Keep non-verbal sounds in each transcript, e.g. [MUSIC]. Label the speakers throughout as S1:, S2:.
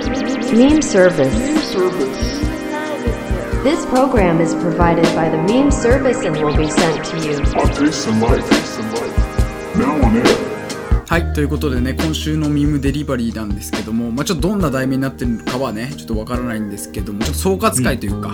S1: Meme Service. This program is provided by the Meme Service and will be sent to you.
S2: I taste in life. Now on air.
S3: はいということでね今週のミムデリバリーなんですけども、まあ、ちょっとどんな題名になってるのかはねちょっとわからないんですけどもちょっと総括会というか、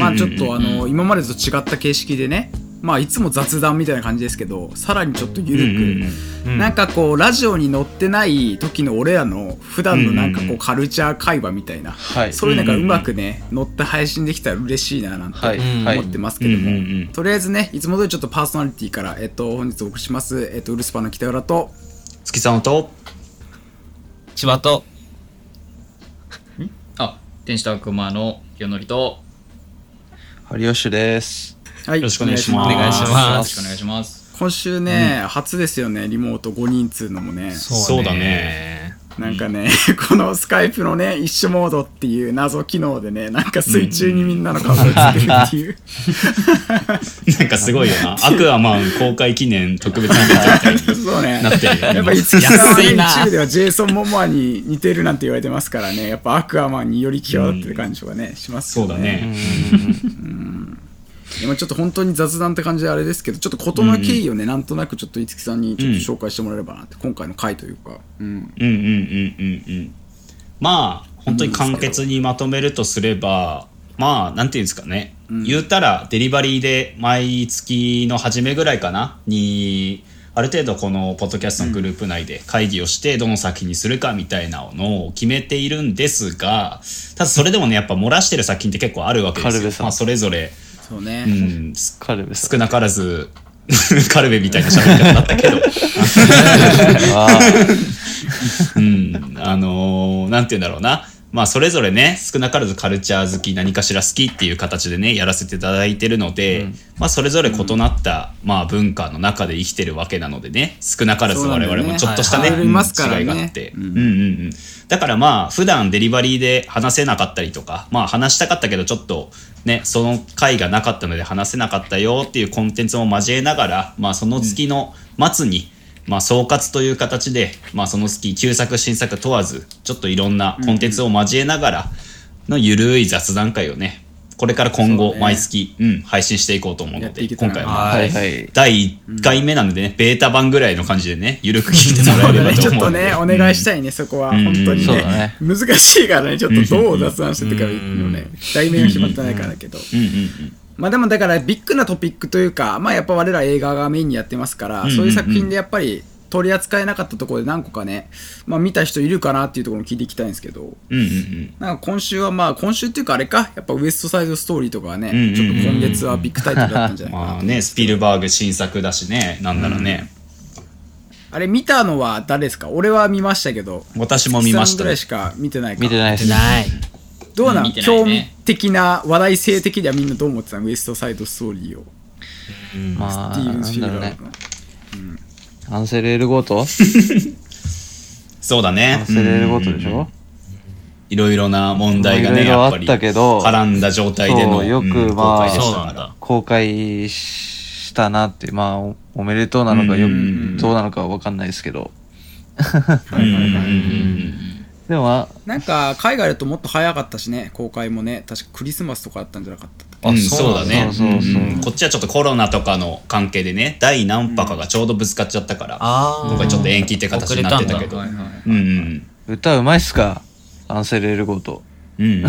S3: まあちょっとあの今までと違った形式でねまあいつも雑談みたいな感じですけどさらにちょっと緩く、なんかこうラジオに載ってない時の俺らの普段のなんかこうカルチャー会話みたいな、
S4: はい
S3: そういうのがうまくね載って配信できたら嬉しいななんて
S4: はいはい
S3: 思ってますけども、
S4: うんうんうん
S3: とりあえずねいつも通りちょっとパーソナリティから、えっと、本日お送りします、えっと、ウルスパの北浦と。
S4: 月さんと
S5: 千葉とあ天使と悪魔の清則と
S4: ハリオッシュです
S3: はい、
S4: よろしくお願いします
S5: お
S3: お願
S5: 願
S3: い
S5: い
S3: し
S5: し
S3: ま
S5: ますよろしくお願いします
S3: す今週ね、初ですよねリモート5人通のもね
S4: そうだね
S3: なんかね、 [LAUGHS] このスカイプのね一緒モードっていう謎機能でねなんか水中にみんなの顔が映ってるっていう、
S4: なんかすごいよなアクアマン公開記念特別イベントみたいに
S3: そうね
S4: なってるよ
S3: やっぱ
S4: 今
S3: いつきさんはね
S5: 安いな
S3: 一部ではジェイソン・モモアに似てるなんて言われてますからねやっぱアクアマンにより際立ってる感じがね、します
S4: そ
S3: よ
S4: うだね
S3: 今ちょっと本当に雑談って感じであれですけどちょっと事の経緯をね、なんとなくちょっと五木さんにちょっと紹介してもらえればなって、今回の回というか、うん、
S4: うんうんうんうんうんまあ本当に簡潔にまとめるとすればまあなんていうんですかね、言うたらデリバリーで毎月の初めぐらいかなにある程度このポッドキャストのグループ内で会議をしてどの先にするかみたいなのを決めているんですがただそれでもねやっぱ漏らしてる作品って結構あるわけで
S6: カ
S4: す
S6: ルベ
S4: よ
S6: さん
S4: まあそれぞれ、
S3: そうね、
S4: うん、す
S6: カルベさん。
S4: 少なからず [LAUGHS] カルベみたいな喋り方だったけどうん、あのーなんて言うんだろうな。まあ、それぞれね、少なからずカルチャー好き、何かしら好きっていう形でね、やらせていただいてるので、まあ、それぞれ異なった、まあ、文化の中で生きてるわけなのでね、少なからず我々もちょっとしたね、
S3: そうなんだよねはいはい
S4: うん
S3: いますからね
S4: 違いがあって、うんうんうん。だからまあ、普段デリバリーで話せなかったりとか、まあ、話したかったけど、ちょっとね、その回がなかったので話せなかったよっていうコンテンツも交えながら、まあ、その月の末に、まあ、総括という形で、まあ、その月旧作新作問わずちょっといろんなコンテンツを交えながらのゆるい雑談会をねこれから今
S3: そう
S4: 後
S3: ね
S4: 毎月うん、配信していこうと思う
S3: やっ
S4: の
S3: てい
S4: で
S3: けたら
S4: 今回
S3: な
S4: は
S6: はいはい。
S4: 第1回目なのでねベータ版ぐらいの感じでねゆるく聞いてもらえれば
S3: [LAUGHS] ちょ
S4: と
S3: っ
S4: 思う
S3: と
S4: ので
S3: ね、お願いしたいね、そこは。
S4: ん
S3: 本当に
S6: そう
S3: ね
S6: だね
S3: 難しいからね、ちょっとどう雑談してってから言うのね、題名が決まってないからだけど。
S4: うんうん
S3: まあでもだから、ビッグなトピックというか、まあやっぱ我ら映画がメインにやってますから、
S4: んうん
S3: そういう作品でやっぱり取り扱えなかったところで何個かね、まあ見た人いるかなっていうところも聞いていきたいんですけど、
S4: うんうんうん
S3: なんか今週はまあ、今週っていうかあれか、やっぱウエストサイドストーリーとかはね、
S4: んうんうん
S3: ちょっと今月はビッグタイトルだったんじゃ
S4: うん
S3: ないかなと
S4: [LAUGHS] まあねスピルバーグ新作だしねなんならね、
S3: あれ見たのは誰ですか俺は見ましたけど。
S4: 私も見まし
S3: 菊池さんぐ
S4: た
S3: ら
S4: よ
S3: いしか見てないか
S6: 見てないです。
S5: ない
S3: どうなの
S5: 見てない
S3: 興
S5: ね
S3: 味的な話題性的にはみんなどう思ってたのウエストサイドストーリーを
S6: ま
S3: ス
S6: あ、
S3: ティーブ
S6: な
S3: ン・スピ
S6: ん
S3: ル
S6: だ
S3: バー
S6: ろうね
S3: グ。の
S6: アンセル・エル・ゴート
S4: そうだ
S6: ア
S4: ね
S6: ンセル・エル・ゴートでし
S4: うんうんうん
S6: ょ
S4: いろいろな問題がね、や
S6: まあい
S4: っ
S6: ろ
S4: ぱ
S6: い
S4: り
S6: ろあったけど
S4: 絡んだ状態での、
S6: そうよく
S4: うん
S6: まあ
S4: 公開で
S5: そ
S4: した
S5: うな
S4: か
S5: ん
S4: ら
S5: だ
S6: 公開したなって、まあ、おおめでとうなのか、よ
S4: うんうんうん
S6: く、どうなのかわかんないですけど。
S4: うんうんうんうん
S6: でも、あ
S3: なんか海外だともっと早かったしね公開もね確かクリスマスとかあったんじゃなかったっけ
S4: うんそうだね
S6: そうそうそう
S4: うんうんこっちはちょっとコロナとかの関係でね第何波かがちょうどぶつかっちゃったから、
S5: あー
S4: 今回ちょっと延期って形になってたけど
S5: 遅れんだはいはい
S4: うんうん
S6: 歌うまいっすかアンセル・エル・ゴート。
S4: うん、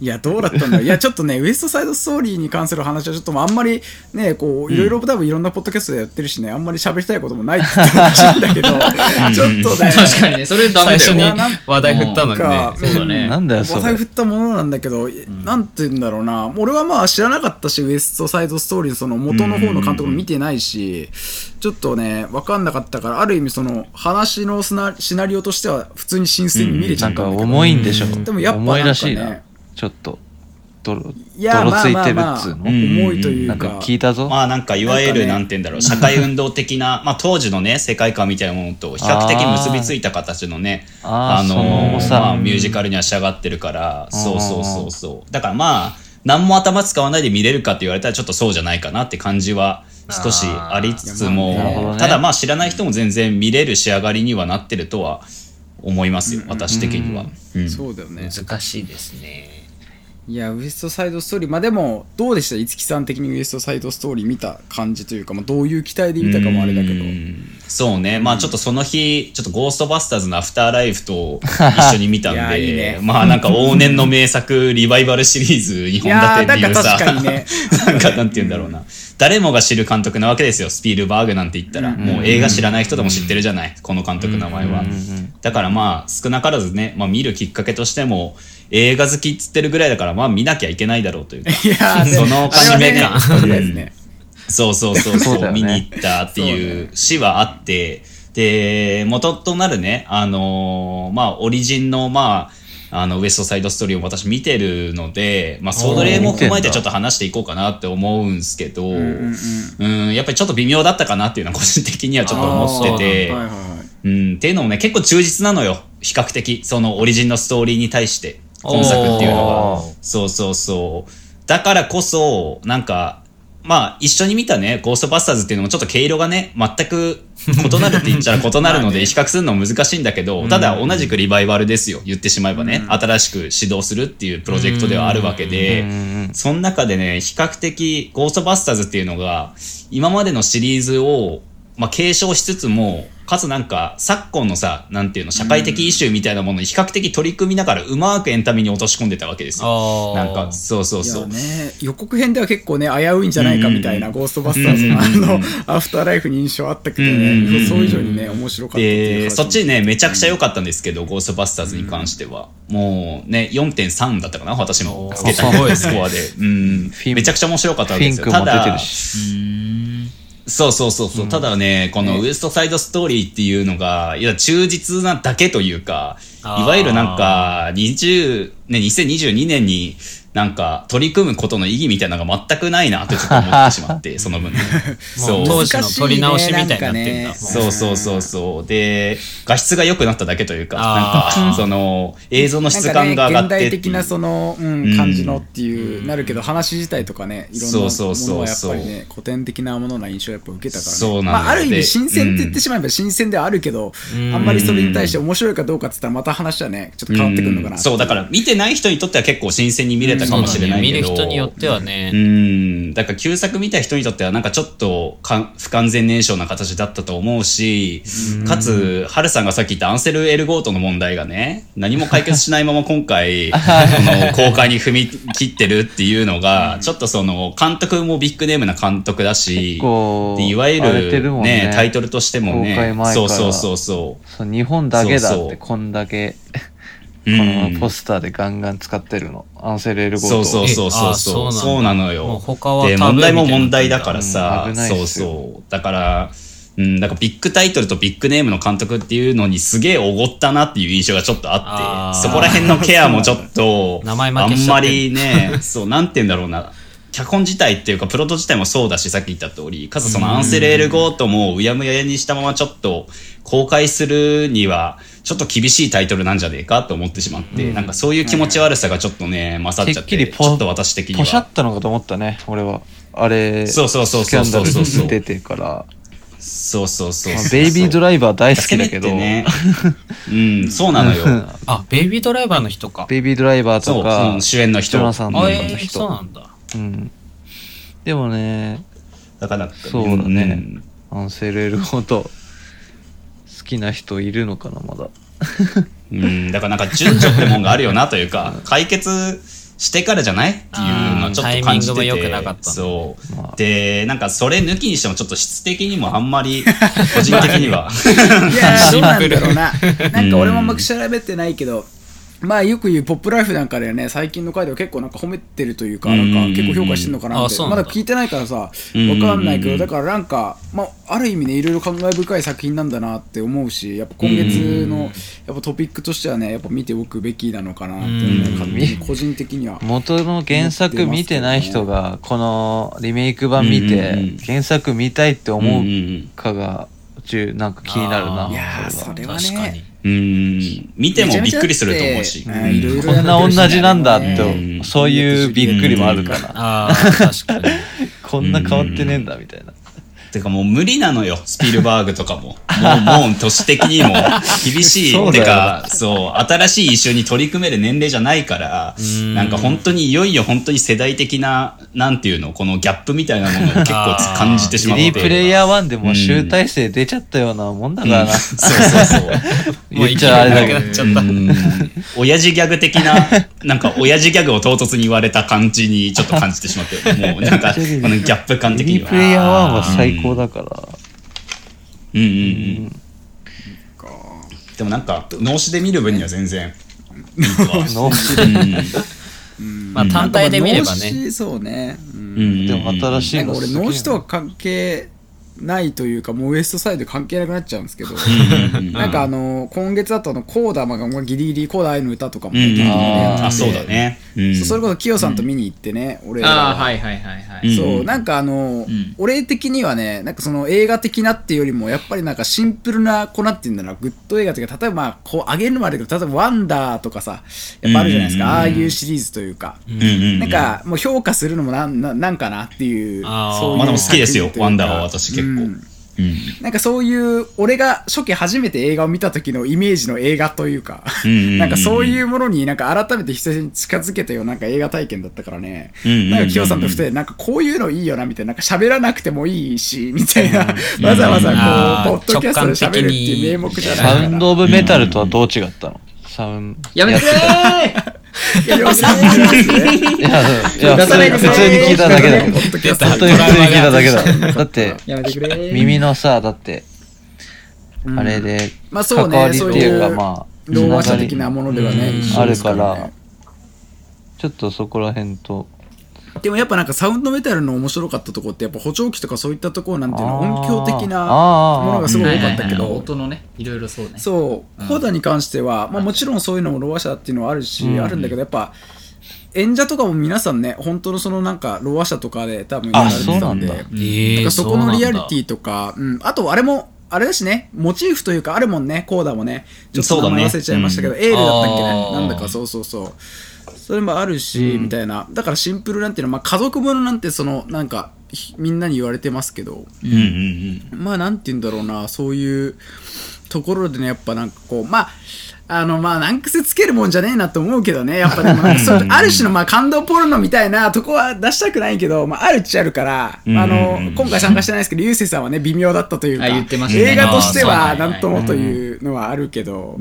S3: いやどうだったんだろう
S5: [LAUGHS]
S3: いやちょっとねウエストサイドストーリーに関する話はちょっともうあんまりねこういろいろ多分いろんなポッドキャストでやってるしねあんまり喋りたいこともないって言ってほしいんだけど [LAUGHS] ちょっとね
S5: 確かにねそれダメだよ
S3: 最
S5: ね
S3: 初に
S5: [LAUGHS] 話題振ったのに
S3: な
S5: ね
S3: んか
S5: そうだ
S6: な
S5: ね
S6: んだよ、そ
S3: お財
S6: れ
S3: 布。ったものなんだけど、なんて言うんだろうな、俺はまあ知らなかったし、ウエストサイドストーリーのその元の方の監督も見てないし、ちょっとね、分かんなかったから、ある意味、その話のスナシナリオとしては、普通に新鮮に見れち
S6: な
S3: ゃっ
S6: ん
S3: た
S6: か
S3: んだけど、
S6: 重いんでしょ。
S3: でもやっぱなんかね
S6: 重いらしいな。ちょっと、泥、泥つ
S3: いや、まあ
S6: い
S3: まあ
S6: てる
S3: ま
S6: っ
S3: あ、
S6: つうの
S3: 重いという
S6: なん
S3: か、
S6: か聞いたぞ。
S4: まあなんかいわゆ
S3: なんか
S4: る
S3: ね
S4: なんて言うんだろう社会運動的な、まあ、当時のね世界観みたいなものと比較的結びついた形のねの
S6: あーあーその
S4: まあ、
S6: さ
S4: ミュージカルには仕上がってるから
S6: ん
S4: そうそうそうそうだからまあ何も頭使わないで見れるかって言われたらちょっとそうじゃないかなって感じは少しありつつ
S3: あーい
S4: も、
S3: やまあ
S6: ね
S4: ただまあ知らない人も全然見れる仕上がりにはなってるとは思いますよ、私的には。うん
S3: そうだよね
S4: 難しいですね。
S3: いやウエストサイドストーリーまあでもどうでした五木さん的にウエストサイドストーリー見た感じというか、まあ、どういう期待で見たかもあれだけど
S4: うんそうね、まあちょっとその日、ちょっとゴーストバスターズのアフターライフと一緒に見たん
S3: [LAUGHS] いや
S4: で、
S3: いいね
S4: まあなんか往年の名作リバイバルシリーズ2
S3: い
S4: 本
S3: やー
S4: 立てっていう
S3: [LAUGHS] な
S4: さ、
S3: んか確かにね
S4: なんかなんて言うんだろうな、誰もが知る監督なわけですよ、スピルバーグなんて言ったら、もう映画知らない人でも知ってるじゃない、この監督の名前は。だからまあ少なからずね、まあ見るきっかけとしても、映画好きっつってるぐらいだから、まあ見なきゃいけないだろうというか。
S3: いやー
S4: その
S3: あれはね
S4: 使命感
S3: とりあえずね
S4: そうそうそうそ
S6: そう
S4: う、
S6: だよね
S4: 見に行ったっていう詩はあって、で、元となるね、あのーまあ、オリジンの、まあ、あの、ウエストサイドストーリーを私見てるので、まあ、それも踏まえてちょっと話していこうかなって思うんですけど、うんやっぱりちょっと微妙だったかなっていうのは個人的にはちょっと思ってて、
S3: はいはいはい
S4: うん、っていうのもね、結構忠実なのよ。比較的、そのオリジンのストーリーに対して、今作っていうの
S6: お
S4: は
S6: ー。
S4: そうそうそう。だからこそ、なんか、まあ、一緒に見たね、ゴーストバスターズっていうのもちょっと毛色がね、全く異なるって言 [LAUGHS] ったら異なるので、比較するの難しいんだけど、ただ同じくリバイバルですよ、言ってしまえばね、新しく指導するっていうプロジェクトではあるわけで、その中でね、比較的、ゴーストバスターズっていうのが、今までのシリーズを、まあ、継承しつつも、かつなんか、昨今のさ、なんていうの、社会的イシューみたいなものに比較的取り組みながら、うまくエンタメに落とし込んでたわけですよ。
S5: あ
S4: なんか、そうそう
S3: い
S4: そう
S3: や。ね、予告編では結構ね危ういんじゃないかみたいな、ゴーストバスターズのあの、アフターライフに印象あったけどね、
S4: うんうんうん
S3: そう以上にね面白かったっていう
S4: で、
S3: 話
S4: そっちね、めちゃくちゃ良かったんですけど、ゴーストバスターズに関しては。もうね、4.3だったかな、私もつけた
S6: おーすごいね
S4: スコアで。うん
S6: フィ。ン
S4: めちゃくちゃ面白かったわけですよ。
S6: フィンクも
S4: ただ
S6: 出てるし
S4: そうそうそうそう。ただね、このウエストサイドストーリーっていうのが、いや、忠実なだけというか、
S5: あー
S4: いわゆるなんか、20、ね、2022年に、なんか、取り組むことの意義みたいなのが全くないなってちょっと思ってしまって、その分ね。
S5: もう
S4: そう
S5: 当時の取り直しみたいになってんだ
S3: 難しいねなんかね
S5: も
S4: そうそうそうそう。で、画質が良くなっただけというか、
S5: あー
S4: なんか、その、映像の質感が上
S3: な
S4: が
S3: ん
S4: って
S3: かね、
S4: って
S3: 現代的
S4: いう
S3: なその、うん
S4: うん
S3: 感じのっていう、なるけど話自体とかねいろんなも
S4: そうそうそう
S3: のはやっぱりね古典的なものな印象をやっぱ受けたから、ね
S4: そうなんだよ
S3: まあ、ある意
S4: で
S3: 味新鮮って言ってしまえば新鮮ではあるけど、あんまりそれに対して面白いかどうかって言ったらまた話はねちょっと変わってくるのかな、
S4: うんそう、だから見てない人にとっては結構新鮮に見れたかもしれない
S5: 見
S4: け
S5: る
S4: ど。
S5: 人によってはね、
S4: うん、だから旧作見た人にとってはなんかちょっとか不完全燃焼な形だったと思うし、かつ、ハルさんがさっき言ったアンセル・エルゴートの問題がね、何も解決しないまま今
S6: [LAUGHS]
S4: 回、この公開に踏み切ってるっていうのが、ちょっとその、監督もビッグネームな監督だし、
S6: 結構
S4: でいわゆ
S6: 荒れ
S4: る,、
S6: てる
S4: ね
S6: もんね
S4: タイトルとしてもね
S6: 公開前か
S4: そ
S6: ら
S4: うそうそうそ
S6: そう日本だけだ
S4: そう
S6: っ
S4: そう
S6: てこんだけ
S4: う。
S6: このポ
S4: ス
S6: スターでガンガン使ってるのアンセル・エルゴート
S4: そ
S6: を
S4: うそうそうそうそう
S5: えあ
S4: そ
S5: そうう
S4: な
S5: なんだ
S4: のよ
S5: もう他は
S4: で
S5: タブ
S4: 問
S5: ーみた
S4: 題
S5: いな
S4: も問題だからさ、
S6: うん危ない
S4: そう
S6: っすよ
S4: そうだから、うん、なんかビッグタイトルとビッグネームの監督っていうのにすげえおごったなっていう印象がちょっとあって
S5: あー
S4: そこら辺のケアもちょっと
S5: 名前負けしち
S4: あんま
S5: ゃってる
S4: りねそうなんて言うんだろうな脚本自体っていうかプロット自体もそうだしさっき言った通りかつそのアンセル・エル・ゴートもうやむややにしたままちょっと公開するにはちょっと厳しいタイトルなんじゃねえかと思ってしまって、なんかそういう気持ち悪さがちょっとね勝っちゃって
S6: てっきり
S4: ち
S6: ポ
S4: ょっと私的に
S6: ポシャ
S4: は
S6: ったのかと思ったね俺はあれ
S4: そうそうそう
S6: スキ
S4: そ
S6: ャ
S4: う
S6: ンダ
S4: そうそうそう
S6: ル出てから
S4: そうそうそう
S6: まあ
S4: そう
S6: ベイビードライバー大好きだ
S4: [LAUGHS]
S6: けど、
S4: せめてねうんそうな
S6: [LAUGHS]
S4: のよ
S5: あ、ベイビードライバーの人か。
S6: ベイビードライバー
S4: そ
S6: と
S4: うそ
S6: か
S4: の、主演の人
S6: ジョナサン
S5: あ、
S6: の
S5: えー、
S6: 人
S5: そうなんだ。
S6: うん、でもね
S4: だから
S6: そうだね
S4: ん
S6: アンセル・エルゴート好きな人いるのかなまだ
S4: うん、だからなんか順序ってもんがあるよなというか、解決してからじゃないっていうのはちょっと感じてて。
S5: あータイミングも良くなかったんだ
S4: そう、
S6: まあ
S4: で、なんかそれ抜きにしてもちょっと質的にもあんま
S6: [LAUGHS]
S4: り、個人的には。
S3: いやーどうなんだろうななんか俺もあんまく調べてないけど、まあよく言う「ポップライフなんかではね最近の回では結構なんか褒めてるというかなんか結構評価してるのかな
S5: うん
S3: っ
S5: あ
S3: て
S5: そう
S3: ま
S5: なんだ
S3: だ聞いてないからさわ
S4: うん
S3: かんないけどだからなんか、まあ、ある意味ねいろいろ感慨深い作品なんだなって思うしやっぱ今月のやっぱトピックとしてはねやっぱ見ておくべきなのかなってね勝手に個人的には。
S6: 元の原作見てない人がこのリメイク版見
S4: うんうんう
S6: て
S4: ん
S6: 原作見たいって [LAUGHS] 思
S4: ん
S6: うんかが中なんか気になるない
S3: いやーそれは
S5: 確かに
S3: ね。
S4: うん。見てもびっくりすると思うし。
S3: めちゃめちゃだってうんいろいろ
S6: こんな同じなんだって、
S4: うん
S6: そういうびっくりもあるから、
S5: ああ、確かに。
S6: こんな変わってねえんだみたいな、
S4: てかもう無理なのよスピルバーグとかももうもう年的に
S6: [LAUGHS]
S4: も厳しい
S6: そうだ
S4: て
S6: よ
S4: かそう新しい一緒に取り組める年齢じゃないから
S5: ん
S4: なんか本当にいよいよ本当に世代的ななんていうのこのギャップみたいなものを結構つ感じてし
S6: フ
S4: まって
S6: リープレイヤー1でも集大成出ちゃったようなもんだからな。
S4: そうそうそう
S5: もう
S6: 言っちゃあれだけど
S5: 生きれなくなっちゃった。
S4: 親父ギャグ的な、なんか親父ギャグを唐突に言われた感じにちょっと感じてしまって、もうなん
S6: [LAUGHS]
S4: か、このギャップ感
S6: フ
S4: 的
S6: リ
S4: に
S6: ープレイヤー1
S4: は。
S6: は最高だから。
S4: うんうんうん。でもなんか、脳死で見る分には全然。
S6: 脳死で。
S4: うんうん
S5: まあ単体で見れば
S3: なんかまあ
S5: ね。
S3: 脳死そうね、うん
S4: うん
S6: でも新し
S3: ないんか
S6: の
S3: 俺
S6: すげえな
S3: 脳死とは関係ないというかもうウエストサイド関係なくなっちゃうんですけど
S4: うんうん
S3: なんかあの今月だとあのコーダまがギリギリコーダ愛の歌とかも
S4: うん
S3: ね
S4: うんうん
S6: あー
S4: あ、そうだね。うん
S3: そうそれこそキヨさんと見に行ってね、俺ら
S7: あ
S3: は
S7: あ、はいはいはいは
S4: う
S7: い。
S4: ん
S3: そうなんかあの、
S7: ん
S3: 俺的にはねなんかその映画的なっていうよりもやっぱりなんかシンプルなこうなっていうんだろうなグッド映画というか例えばまあこう上げるのもあるけど例えば「ワンダー」とかさやっぱあるじゃないですか、
S4: うん
S3: ああいうシリーズというか、
S4: うんうんうん
S3: なんかもう評価するのもなんななんかなっていう
S5: あー
S3: そういう
S4: まあでも好きですよ
S3: 作、品
S4: ワ
S3: という
S4: ン
S3: か
S4: ダーは私結構。
S3: う
S4: うんん
S3: なんかそういう俺が初期初めて映画を見た時のイメージの映画というか
S4: うんうんうんうん
S3: なんかそういうものになんか改めて久々に近づけたようななんか映画体験だったからね
S4: うんうんうんうん
S3: なんかキヨさんと二人でなんかこういうのいいよなみたいななんか喋らなくてもいいしみたいなわざわざこう
S5: うん
S3: ポッドキャストで喋るっていう名目じゃない
S6: サウン
S3: か
S6: ドオブメタルとはどう違ったのサウン
S7: やめてくれ
S3: らいや
S6: いや、いや普
S7: 出さ
S6: 通
S7: ない
S6: に
S7: で
S6: 普
S7: くれ
S6: 通に聞いただけだよ。
S3: ポッドキャスト
S6: 本当に普通に聞いただけ
S5: [LAUGHS]
S6: だよ。だって、
S7: ーやめてくれー
S6: 耳のさ、だって、あれで、
S3: まあそ
S6: 関
S3: うね
S6: わりって
S3: そう
S6: いうか、
S3: いう
S6: まあ、
S3: 老和者
S6: つながり
S3: 的なものではね
S5: うん
S3: 一緒です
S6: あるからちょっとそこら辺と、
S3: でもやっぱなんかサウンドメタルの面白かったとこってやっぱ補聴器とかそういったところなんていうの
S6: あー
S3: 音響的な
S6: あー
S3: ものがすごい多かったけ
S7: はいはいはい
S3: ど
S7: 音のね、いろいろそうね。
S3: そうコーダに関してはまあもちろんそういうのもロア社っていうのはあるしあるんだけどやっぱ演者とかも皆さんね本当のそのなんかロア社とかで多分やられてたんで
S6: あそうなんだ
S5: え
S3: なん
S5: え
S3: かそこのリアリテ
S5: ィ。
S3: ィとかうんあとあれもあれだしねモチーフというかあるもんねコーダもねちょっ
S4: そ
S3: と
S4: うだ
S3: 名
S4: ね
S3: 前忘れちゃいましたけどエールだったっけ
S5: あ
S3: ね
S5: ー
S3: なんだかそうそうそうそれもあるし、みたいなだからシンプルなんていうのは、まあ、家族ものなんてそのなんかひみんなに言われてますけど
S4: うんうんうん。
S3: まあなんて言うんだろうなそういうところでねやっぱなんかこうまああのまあ難癖つけるもんじゃねえなと思うけどねやっぱでもなんかそうある種のまあ感動ポルノみたいなとこは出したくないけど、まあ、あるっちゃあるから、
S4: うん
S3: あの今回参加してないですけどゆうせいさんはね微妙だったというか
S7: あ言ってましたね
S3: 映画として
S7: あ
S3: は
S7: ーそうね
S3: なんともというのはあるけど、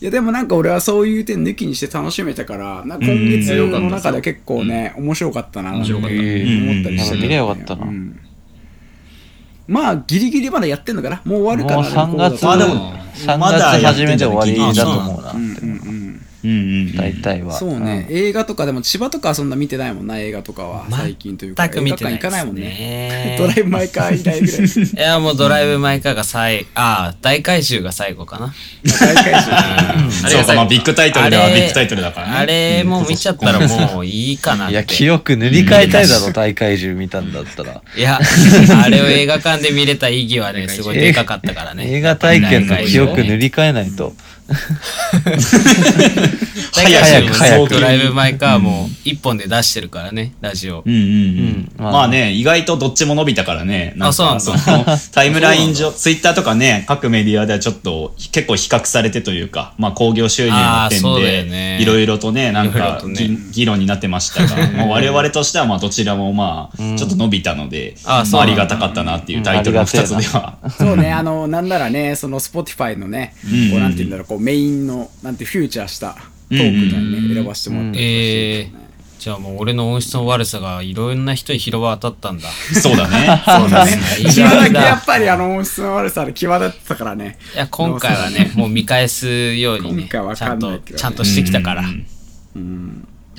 S3: いやでもなんか俺はそういう点抜きにして楽しめたからなんか今月の中で結構ね面白かったな面
S7: 白かった
S3: 思ったりしてたんだよね
S6: うん見りゃよかったな
S3: うんまあギリギリまだやってんのかなもう終わるかな
S6: もう3月、
S4: まあでも
S6: 3
S4: まだ
S6: 月
S4: やって
S6: 初
S4: ん
S6: め
S4: じ
S6: で
S4: ゃない
S6: 終わりだと思う
S3: う
S6: な。
S3: んうんうん
S4: うんうんうん
S6: 大体は。
S3: そうね、映画とかでも千葉とかはそんな見てないもんな映画とかは最近というか
S5: 全く見てない
S3: 映
S5: で
S3: 画館行かない
S5: す
S3: もんね
S5: ね。
S3: ドライ
S5: [LAUGHS]
S3: ブ・マイ・カー以来ぐらい
S5: いや、もうドライブ・マイ・カーが最、ああ、大回収が最後かな。
S3: 大回収
S7: あれ
S4: そう
S7: が
S4: か、
S7: 最後
S4: まあビッグタイトルではビッグタイトルだからね。
S5: あれも見ちゃったらもういいかな
S6: うん。
S5: って。
S6: いや、記憶塗り替えたいだろ、大怪獣見たんだ
S5: [LAUGHS]
S6: ったら。
S5: いや、あれを映画館で見れた意義はね、
S6: [LAUGHS]
S5: すごいでかかったからね。
S6: 映画体験の記憶塗り替えないと。
S5: 大回収も
S6: 早く早く
S5: ドライブ・マイ・カーも一本で出してるからね、ラジオ
S4: う。んうんうん
S6: んまあ
S4: まあね、意外とどっちも伸びたからね。
S5: あそうなんだ
S4: そ
S5: [LAUGHS]
S4: のタイムライン上、ツイッターとかね、各メディアではちょっと結構比較されてというか、まあ興行収入の
S5: あー
S4: 点
S5: そうだよ
S4: で、
S5: ね
S4: いろいろとね、なん
S5: いろいろ
S4: か
S5: とね
S4: ぎ議論になってました
S5: [LAUGHS]
S4: が、まあ我々としてはまあどちらもまあ、ちょっと伸びたので、
S5: あーそ
S4: ま
S5: う
S4: ああ
S5: なんだ
S4: りがたかったなっていうタイトルの2つ
S6: うんあ
S4: で
S6: り
S4: は。
S3: そうね、あの、なんならね、その Spotify のね、
S4: うん
S3: こう、なんて言うんだろう、こう、メインの、なんて、フューチャーしたトークみたいにね、選ばせてもらって。
S5: ええじゃあもう俺の音質の悪さがいろんな人に広場当たったんだ。
S4: [LAUGHS] そうだ
S5: [LAUGHS]
S4: ね。
S3: そうだね。
S5: うん
S3: 一番だけやっぱり、あの、音質の悪さで際立ってたからね。
S5: いや、今回はね、もう見返すように
S3: 今
S5: ね、ち
S3: 回わ
S5: ゃ
S3: か
S5: ん
S3: んな
S5: と、
S3: いけどね
S5: ちゃんとしてきたから。
S7: で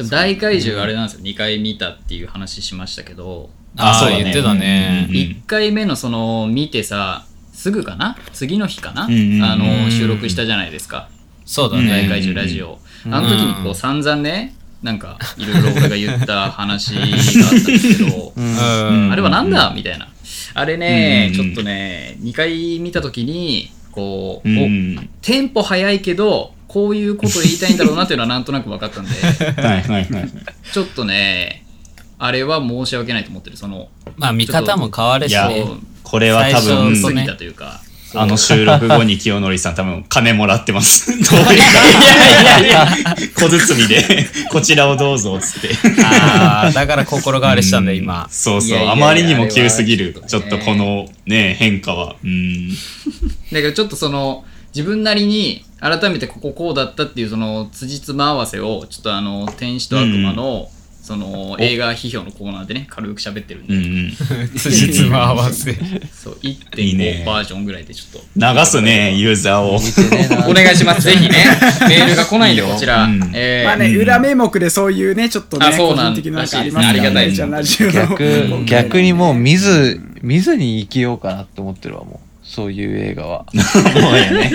S7: も大怪獣あれなんですよ、2回見たっていう話しましたけど、
S5: ああ、
S4: そうだね
S5: 言ってたね。
S7: 1回目のその見てさすぐかな次の日かな、
S4: んうん
S7: あの収録したじゃないですか
S5: そうだ
S7: 「大
S5: ね。
S7: 怪獣ラジオ」あの時にこう散々ねなんかいろいろ俺が言った話があったんですけど、
S5: うん
S7: あれはなんだみたいなあれね、
S4: うんうん
S7: ちょっとね2回見た時にこう、
S4: うんう
S7: お
S4: ん。
S7: テンポ早いけどこういうこと言いたいんだろうなっていうのはなんとなく分かったんで
S4: はいはいはい。
S7: ちょっとねあれは申し訳ないと思ってる。その、
S5: まあ見方も変わる
S4: い
S5: し
S4: や
S5: ね。
S4: これは多
S5: 最
S4: 分
S5: 初
S7: 過
S5: そうね
S7: ぎたというか。
S4: あの収録後に清則さん多分金もらってます。どうにか。いやいやいや小包みで、こちらをどうぞっつって。
S5: ああ、だから心変わりしたんだよ、今。
S4: そう
S7: い
S4: そう
S7: やいやいや
S4: あまりにも急すぎる。
S7: あれは
S4: ち
S7: ち
S4: ょ
S7: ょ
S4: っ
S7: っ
S4: と
S7: とね
S4: このね、変化は。うん。
S7: だけどちょっとその自分なりに改めてこここうだったっていうその辻褄合わせをちょっとあの天使と悪魔の、その映画批評のコーナーでね軽く喋ってるん
S4: う
S7: で、
S4: んうん。
S5: 辻褄合わせ。
S7: そう
S4: いいね
S7: 1.5バージョンぐらいでちょっと
S4: 流すね、ユーザーを。
S6: 見てねえな
S7: お願いしますぜひねメールが来ないんでこちら
S4: いいようん
S7: えー
S3: まあね、裏名目でそういうね、ちょっとね
S7: あ、そ
S3: 個
S7: うなん
S3: 人的ななんかありますから
S7: らしい
S3: ね、
S7: です
S3: じゃあ
S7: ね
S3: ラジオの
S6: 逆逆にもう見ず見ずに生きようかなって思ってるわもうそういう映画は
S4: もうやね。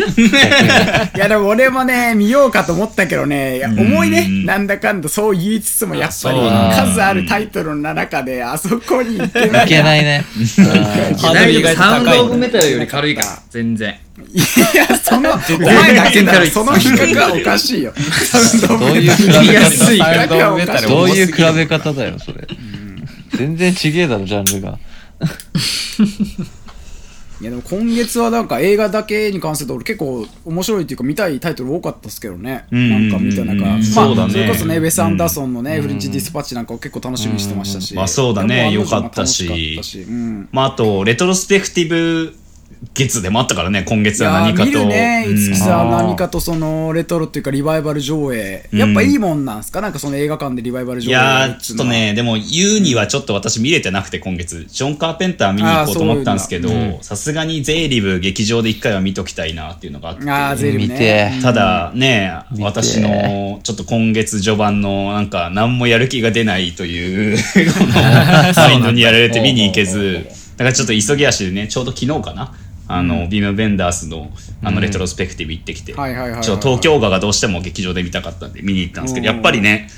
S3: いやでも俺もね見ようかと思ったけどねいや
S4: うん
S3: 重いねなんだかんだそう言いつつもやっぱり
S5: そうなん
S4: だ
S3: 数あるタイトルの中であそこに行けない
S6: いけないねうん
S5: ハードル意外と
S7: サウン
S5: 高
S7: ド・オ
S5: い
S7: ブ・
S5: ね。
S7: メタルより軽いから全然
S3: いやそのお前だけだろその比較はおかしいよサウンド
S6: どう
S3: オブ
S6: いう比
S7: 見
S6: べ
S7: や
S6: 方
S7: すい
S5: サウンドオブメタル
S6: どういう
S5: 重すぎる
S6: 比べ方だよそれ全然違えだろジャンルが
S3: いやでも今月はなんか映画だけに関すると俺結構面白いっていうか見たいタイトル多かったですけどね
S4: うん
S3: なんか見た中
S4: うん
S3: ま
S4: そうだ
S3: あ
S4: ね
S3: それこそねウェス・アンダーソンのねフレンチ・ディスパッチなんかを結構楽しみにしてましたし
S4: まあそうだね
S3: いやも
S4: 良かったし
S3: 案の定楽かったうん
S4: [LAUGHS] まああと、レトロスペクティブ月でもあったからね、今
S3: い
S4: 月は
S3: や
S4: 何かと。
S3: 見るね、
S4: うん
S3: 五木さんは何かとそのレトロっていうかリバイバル上映、やっぱいいもんなんすかなんかその映画館でリバイバル
S4: い
S3: 上映
S4: や
S3: っ
S4: ー、
S3: て
S4: ち
S3: い
S4: ょ
S3: う
S4: っ
S3: の
S4: と
S3: は
S4: ね、でも言うにはちょっと私見れてなくて今月、ジョン・カーペンター見に行こうと思ったんですけど
S3: あーそう、
S4: さすがにゼイリブ劇場で一回は見ときたいなっていうのがあって。
S3: あーゼリ
S6: 見
S3: フ
S6: て
S3: ね
S4: ただね、
S6: 見て
S4: 私のちょっと今月序盤のなんか何もやる気が出ない
S3: [LAUGHS]
S4: というこのマインドにやられて見に行けず、だからちょっと急ぎ足でね、ちょうど昨日かな、あの、ビーム・ベンダースのあのレトロスペクティブ行ってきて、ちょ
S3: はいはいはいはい
S4: っと東京画がどうしても劇場で見たかったんで見に行ったんですけど、
S3: う
S4: や
S3: ん
S4: っぱりね、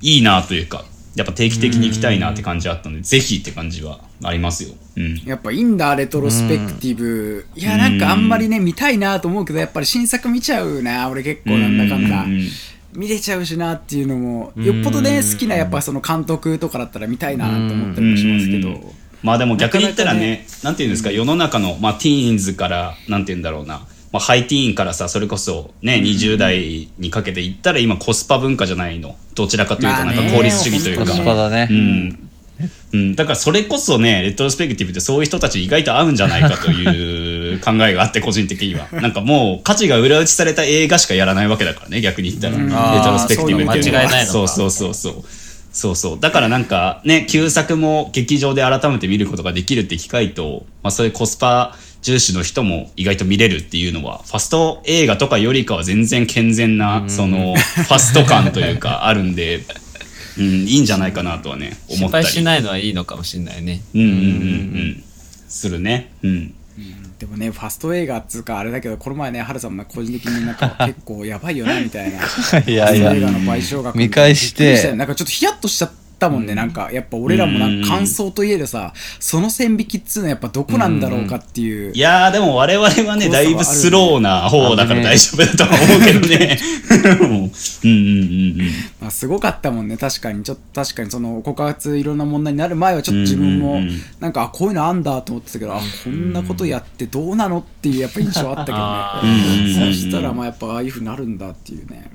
S4: いいなというか、やっぱ定期的に行きたいなって感じあったので、ぜひって感じはありますよ。うん。
S3: やっぱいいんだレトロスペクティブ、いやなんかあんまりね見たいなと思うけどやっぱり新作見ちゃうな俺結構なんだかんだ、
S4: うんうんうん
S3: 見れちゃうしなっていうのもよっぽどね好きなやっぱその監督とかだったら見たいなと思ったりもしますけど、
S4: うんうんうんまあでも逆に言ったらね
S3: なか
S4: なんていうんですか世の中の、まあ、ティーンズからなんていうんだろうな、まあ、ハイティーンからさそれこそね20代にかけていったら今コスパ文化じゃないのどちらかという
S3: ま
S4: と
S3: あ
S4: な
S3: ね
S4: んか効率主義という
S6: コ
S4: か、
S6: スパだね
S4: うんうん、だからそれこそねレトロスペクティブってそういう人たち意外と合うんじゃないかという考えがあって個人的に
S5: [LAUGHS]
S4: はなんかもう価値が裏打ちされた映画しかやらないわけだからね逆に言ったら、レトロスペクティブっていうのは
S5: あーそうだ間違いないのか
S4: そうそうそうそうそうそうだからなんかね旧作も劇場で改めて見ることができるって機会と、まあ、そういうコスパ重視の人も意外と見れるっていうのはファスト映画とかよりかは全然健全なそのファスト感というかあるんで、うん、いいんじゃないかなとはね思
S5: 失
S4: った
S5: 敗
S4: り
S5: しないのはいいのかもしれないね。
S4: うんうんうんうんするねうん
S3: でもね、ファスト映画っつうか、あれだけど、この前ね、ハルさんも個人的になんか
S4: [LAUGHS]
S3: 結構やばいよな、みたいな。
S6: いやいや
S3: ファスト映画の賠償額
S6: 見返して
S3: びっくりたよなんかちょっとヒヤッとしちゃったもんね、なんか、やっぱ俺らもなんか感想といえどさ、その線引きっつうのはやっぱどこなんだろうかっていう。
S4: いやーでも我々はね
S3: 怖さは
S4: だ
S3: ある
S4: いぶスローな方だから大丈夫だとは思うけど
S5: [LAUGHS]
S4: ねうんうんうんうん
S3: まあ、すごかったもんね、確かに。ちょっと確かに、その告発いろんな問題になる前は、ちょっと自分
S4: うん
S3: も
S4: うんうん、
S3: なんか、あこういうのあんだと思ってたけど、あ、こんなことやってどうなのっていう、やっぱ印象あったけ
S5: あ
S3: ど
S4: ーうんうんうんう
S3: ね。
S4: ん
S3: そしたら、まあ、やっぱ、ああいうふうになるんだっていうね。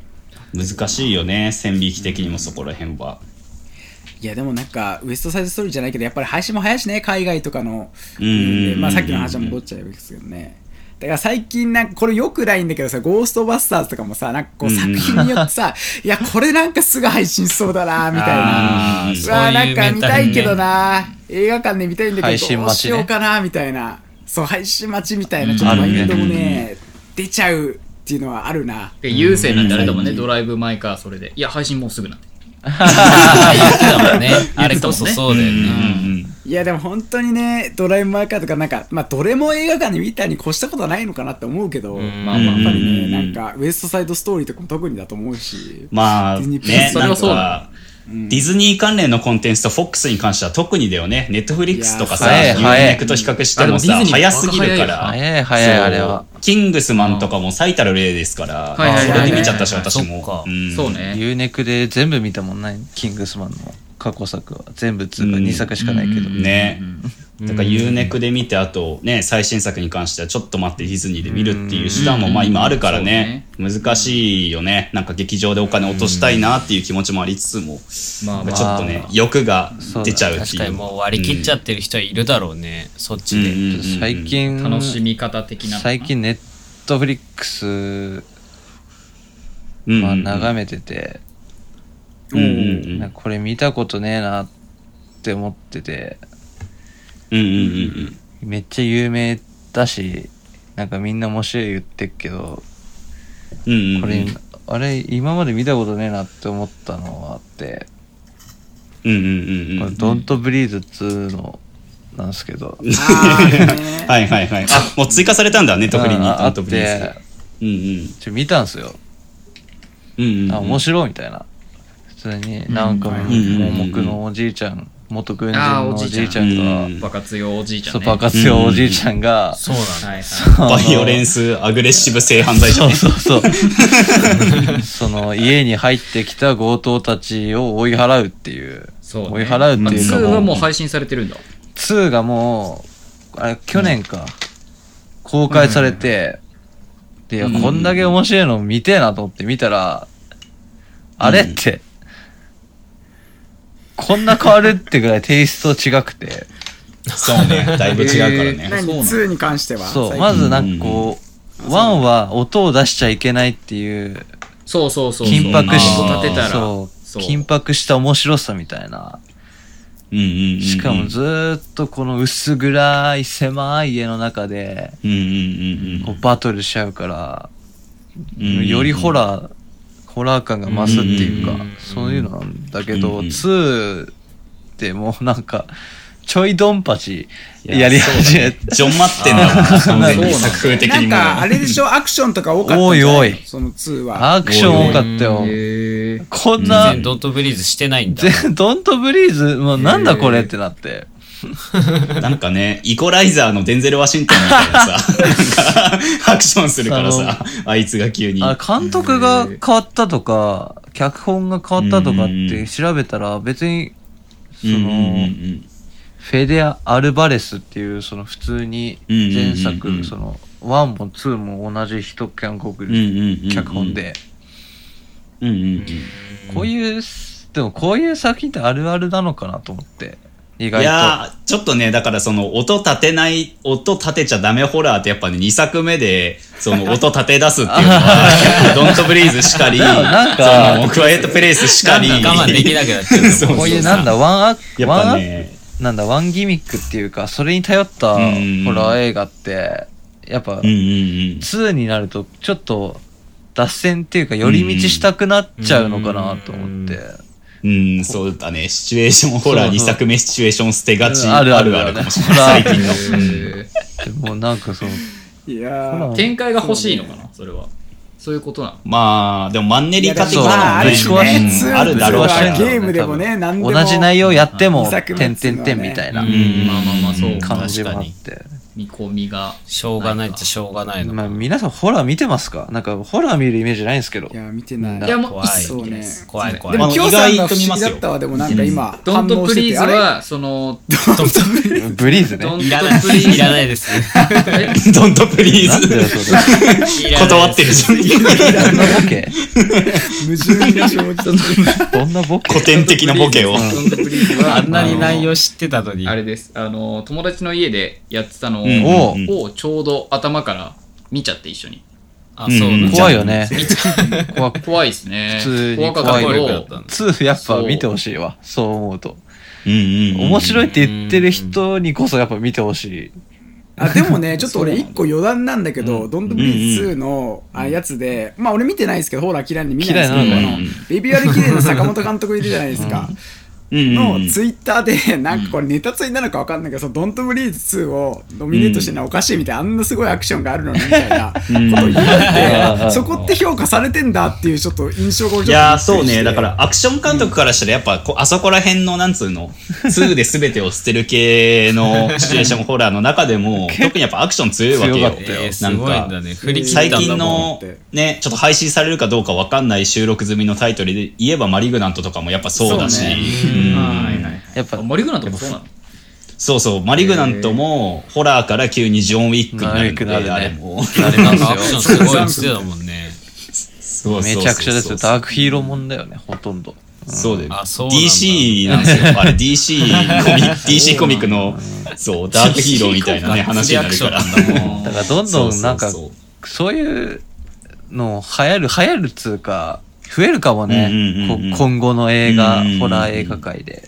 S4: 難しいよね線引き的にもそこら辺はい
S3: やでもなんかウエストサイドストーリーじゃないけどやっぱり配信も早いしね海外とかの、
S4: うんうんうんうん
S3: まあ、さっきの話は戻っちゃいますけどねだから最近なんかこれよくないんだけどさ「ゴーストバスターズ」とかもさなんかこう
S4: うんうん
S3: 作品によってさ「いやこれなんかすぐ配信しそうだな」みたいな
S5: あ
S3: 「
S5: ー
S3: うわ
S5: そう
S3: ないん
S5: う
S3: か
S5: メン
S3: 見
S5: タ
S3: た
S5: ルね
S3: いけどな映画館で見たいんだ
S6: 配
S3: けど
S6: 信
S3: どう
S6: 待ち
S3: し
S6: ね
S3: ようかな」みたいなそう配信待ちみたいなちょっと
S4: あ
S3: マ
S4: るね
S3: インドもね,、
S4: うん
S3: 出ちゃうっていうのはあるな。
S7: で優勢なんてあれだもんねドライブ・マイ・カーそれでいや配信もうすぐなんて
S5: ああ、言ってたもんね。あれこそそうだよ
S4: うんう
S5: ね。
S4: ん
S3: いやでも本当にね、ドライブ・マイ・カーとか、なんか、まあ、どれも映画館で見たに越したことはないのかなって思うけど、まあ、やっぱりね、なんか、ウエスト・サイド・ストーリーとかも特にだと思うし、
S4: まあ
S3: ディズニープ
S4: ね
S7: それ
S4: なん
S7: はそうだ
S4: かディズニー関連のコンテンツと FOX に関しては特にだよねネットフリックスとかさ
S6: いや
S4: ユ
S6: ー
S4: ー
S6: 早い
S4: ネクと比較しても
S7: あ
S4: さ
S7: でもディズニー
S4: 早すぎるから
S6: 早い早い
S4: そう
S6: あれは
S4: キングスマンとかも最たる例ですから
S7: はい
S6: はいはい
S4: それで見ちゃったし私
S5: そっ
S4: も
S5: か
S4: ん
S7: そうね
S6: ユーネクで全部見たもんないキングスマンの過去作は全部つうか2作しかないけど、
S4: ね。だから UNEC で見てあとね最新作に関してはちょっと待ってディズニーで見るっていう手段もまあ今あるからね難しいよねなんか劇場でお金落としたいなっていう気持ちもありつつも
S5: ま
S4: な
S5: あ
S4: んかちょっとね欲が出ちゃうって
S5: 確
S4: い
S5: かに
S4: う
S5: もう割り切っちゃってる人はいるだろうね、そっちで、
S4: うんうんうん
S6: 最近
S7: 楽しみ方的なのかな
S6: 最近ネットフリックス、
S4: うんうん
S6: ま
S4: う
S6: あ、
S4: ん
S6: 眺めてて、
S4: うんうんうん
S6: なんかこれ見たことねえなって思ってて
S4: うんうんうんうん
S6: めっちゃ有名だしなんかみんな面白い言ってっけど
S4: うんうん
S6: これ、あれ今まで見たことねえなって思ったのがあって
S4: うんうん
S6: 「
S4: うん
S6: こ
S4: う
S6: れ
S4: ん
S6: ドントブリーズ2のなんですけど
S3: あーね
S4: はいはいはいあもう追加されたんだね特に
S6: ああ
S4: ド
S6: あ
S4: ン
S6: っ
S4: トブリー
S6: て
S4: ズうん
S6: ちょ見たんすよ
S4: うんうん
S6: あ面
S4: 白
S6: 白いみたいな普通になんか
S7: うん
S6: 盲目のおじいちゃん元軍人
S7: あー
S6: の
S7: お
S6: お
S7: じいちゃん
S6: じいちゃんが
S4: うん
S7: 爆発用おじいちゃん
S6: そう
S7: ね
S6: 爆発用おじいちゃんが
S5: そうなんだ、
S7: はいはい
S4: バイオレンスアグレッシブ性犯罪者
S6: [LAUGHS] そうそうそう。 [LAUGHS] その家に入ってきた強盗たちを追い払うっていう。
S7: そう、ね、
S6: 追い払うっていうか
S7: まあ2
S6: もう
S7: はもう配信されてるんだ
S6: 2がもう、あれ、去年か、公開されて、で、いやこんだけ面白いの見てえなと思って見たら、あれって、こんな変わるってぐらいテイスト違くて、
S4: そうねだいぶ違うからね
S3: 何
S7: そうなの
S3: 2に関しては
S6: そう、
S3: 最近
S6: まずなんかこう、1は音を出しちゃいけないっていう、
S7: そうそうそうそう
S6: 緊迫し
S7: 音立てたら
S6: そう
S7: そう
S6: 緊迫した面白さみたいな。
S4: うんうんうんうん
S6: しかもずーっとこの薄暗い狭い家の中で
S4: うんうん
S6: こうバトルしちゃうから、
S4: うんうん
S6: よりホラーホラー感が増すっていうか、
S5: うんうん
S6: そういうのなんだけど、
S4: うんうん
S6: 2でもうなんかちょいドンパチ
S4: いや
S6: やり始めて、
S4: ジョン・マッテンだな完全に作風的
S3: な
S4: に
S3: ん
S4: も
S3: かあれでしょアクションとか多かったんじゃな
S6: おいおい
S3: その2は
S6: アクション多かったよ、
S7: へー
S6: こんな
S5: 全然ドントブリーズしてないんだ
S6: 全 [LAUGHS] ドントブリーズもうなんだこれってなって
S4: なんかねイコライザーのデンゼル・ワシントンみたいな
S6: [LAUGHS]
S4: さなんかアクションするからさあいつが急に
S6: あ監督が変わったとか脚本が変わったとか
S4: う
S6: っ
S4: んう
S6: て
S4: ん
S6: 調べたら別にそ
S4: うんうんうん
S6: のフェデア・アルバレスっていうその普通に前
S4: うんうんうんう
S6: 作
S4: ん
S6: その1も2も同じ人韓
S4: うんうん
S6: 国
S4: うんうんうん
S6: 脚本で
S4: うんうんうん
S6: こういうでもこういう作品ってあるあるなのかなと思って意
S4: い
S6: 外
S4: やーちょっとねだからその音立てない音立てちゃダメホラーってやっぱね2作目でその音立て出すっていうの
S6: [LAUGHS]
S4: はドントブリーズしかり
S6: なんか
S4: そのクワイエットプレイスしかり
S5: なんか我慢できなくなっちゃう
S4: [LAUGHS] そう
S6: とこういうなんだワンアク
S4: やっ
S6: ワ
S4: ぱ
S6: ンアク
S4: ね
S6: なんだワンギミックっていうかそれに頼ったホラ
S4: うん
S6: ー映画ってやっぱ
S4: うんうん
S6: 2になるとちょっと脱線っていうか寄り道したくなっちゃうのかなと思って。
S4: うん、うん、そうだねシチュエーションホラ
S6: そう
S4: ー
S6: そう
S4: 2作目シチュエーション捨てがち
S6: うん
S4: あ
S6: あ
S4: る
S6: る
S4: あ
S6: ある
S4: るかもしれない
S6: あ
S4: 最
S6: る
S4: 近の
S7: へ
S6: でもうなんかその、
S3: いやー
S7: ー展開が欲しいのかなそれはそういうことなの
S4: まあでもマンネリ化的
S6: いやそう
S3: まああ
S4: なの
S3: る
S4: ね
S3: し
S6: そう
S4: う
S6: ね
S4: ん
S3: ツー
S4: あるだろうから
S6: それは
S3: ゲームでもね何でも
S6: 同じ内容やっても
S3: 二作、目
S6: て
S3: っ
S6: ん
S3: つ
S6: て
S3: うの
S6: ん
S3: は
S6: て
S3: ね
S6: んみたいな
S4: うん
S7: まあまあまあそうか
S6: 感じもあって。
S7: 見込みが
S5: しょうがないっちゃしょうがないの
S6: まあ皆さんホラー見てますかなんかホラー見るイメージないんですけど
S3: い。や見てない
S7: いやもう
S5: 怖い
S7: 一切
S3: そう
S7: 見てない
S3: ね
S7: です
S5: 怖い怖
S3: で
S5: い
S4: あ
S3: も
S4: の
S3: きょうさんが
S4: 意外と
S3: 不
S4: 見
S3: 思
S4: ま
S3: 議
S4: すよ
S3: だったわでもなんか今
S7: ドントプリーズ
S3: あれ
S7: はその
S3: ドントプリーズ
S6: ブリーズね。
S7: ドント
S5: いら
S7: プ
S5: な
S7: リー
S5: い
S7: ズ
S5: いらないです
S7: え
S4: ドントプリー
S6: なんだよ、
S4: ズ
S6: それ。
S4: 断ってるじゃん
S6: どんなボケ
S3: 矛盾が生じてる
S6: どんなボケ
S4: 古典的なボケを
S7: ドントプリーズは
S5: あんなに内容知ってたのに
S7: あれですあの友達の家でやってたの
S4: うん
S6: おう
S7: をちょうど頭から見ちゃって一緒に
S5: あそう
S4: うん
S5: なんだ
S6: 怖いよね。怖く
S7: 怖いですね
S6: 普通に
S7: 怖かっ
S6: 怖
S7: た
S6: い
S7: け
S5: 怖か
S7: ど
S5: ったんだ
S6: 2やっぱ見てほしいわ。そう思うと。
S4: うんうんうん
S6: 面白いって言ってる人にこそやっぱ見てほしい。
S3: あでも
S4: [LAUGHS]
S3: ねちょっと俺一個余談なんだけど「ドントプリーズ2」のあやつでまあ俺見てないですけどホラー嫌いなんで見ないですけど
S6: 嫌い
S4: なの
S3: あのベビュアル綺麗な坂本監督いるじゃないですか
S4: うんうんう
S3: の
S4: ん
S3: ツイッターでなんかこれネタついなのかわかんないけど「そのドントブリーズ2」をノミネートしてるのはおかしいみたいなあんなすごいアクションがあるのにみたいなことを言うの
S6: う
S3: で
S6: ん
S3: そこって評価されてんだっていうちょっと印象が俺
S4: い
S3: ちょっとびっくり
S4: やー
S3: して
S4: そうねだからアクション監督からしたらやっぱ [LAUGHS] こあそこら辺のなんつうの2で全てを捨てる系のシチュエーションホラーの中でも特にやっぱアクション強いわけ
S6: 強
S4: よ
S6: かった
S5: えー、す
S4: なん
S5: ごいん
S4: か
S5: だね振り切
S4: 最
S5: ったん
S4: 近
S5: だもん
S4: の
S3: って
S4: ねちょっと配信されるかどうかわかんない収録済みのタイトルで言えば「マリグナント」とかもやっぱそうだし
S3: そうね
S4: ううん
S7: はいはい
S6: やっぱ
S7: あマリグナントもそうなの
S4: そうそう、マリグナントも、ホラーから急にジョン・ウィックになるんで、
S6: なるね
S4: あれも。 [LAUGHS]
S6: なり
S5: な
S6: ま
S5: んかアク
S6: す
S5: ショ
S6: よ
S5: ン。すごい言ってたもんね。
S4: そうそうそう
S6: め
S4: そう
S6: ちゃくちゃですよ。ダークヒーローもんだよね、ほとんど。
S4: そうだよ。
S5: あそうなんだ
S4: DC なんですよ。あれ DC コミ、DC コミックの、そう、ダークヒーローみたいなね、話になるから。
S6: だからどんどんなんか、
S4: そうそう
S6: そういうの流行る、流行るっつうか、増えるかもね。
S4: うん
S6: こ
S4: うんうんうん
S6: 今後の映画
S4: うんうんう、ん
S6: ホラー映画界で。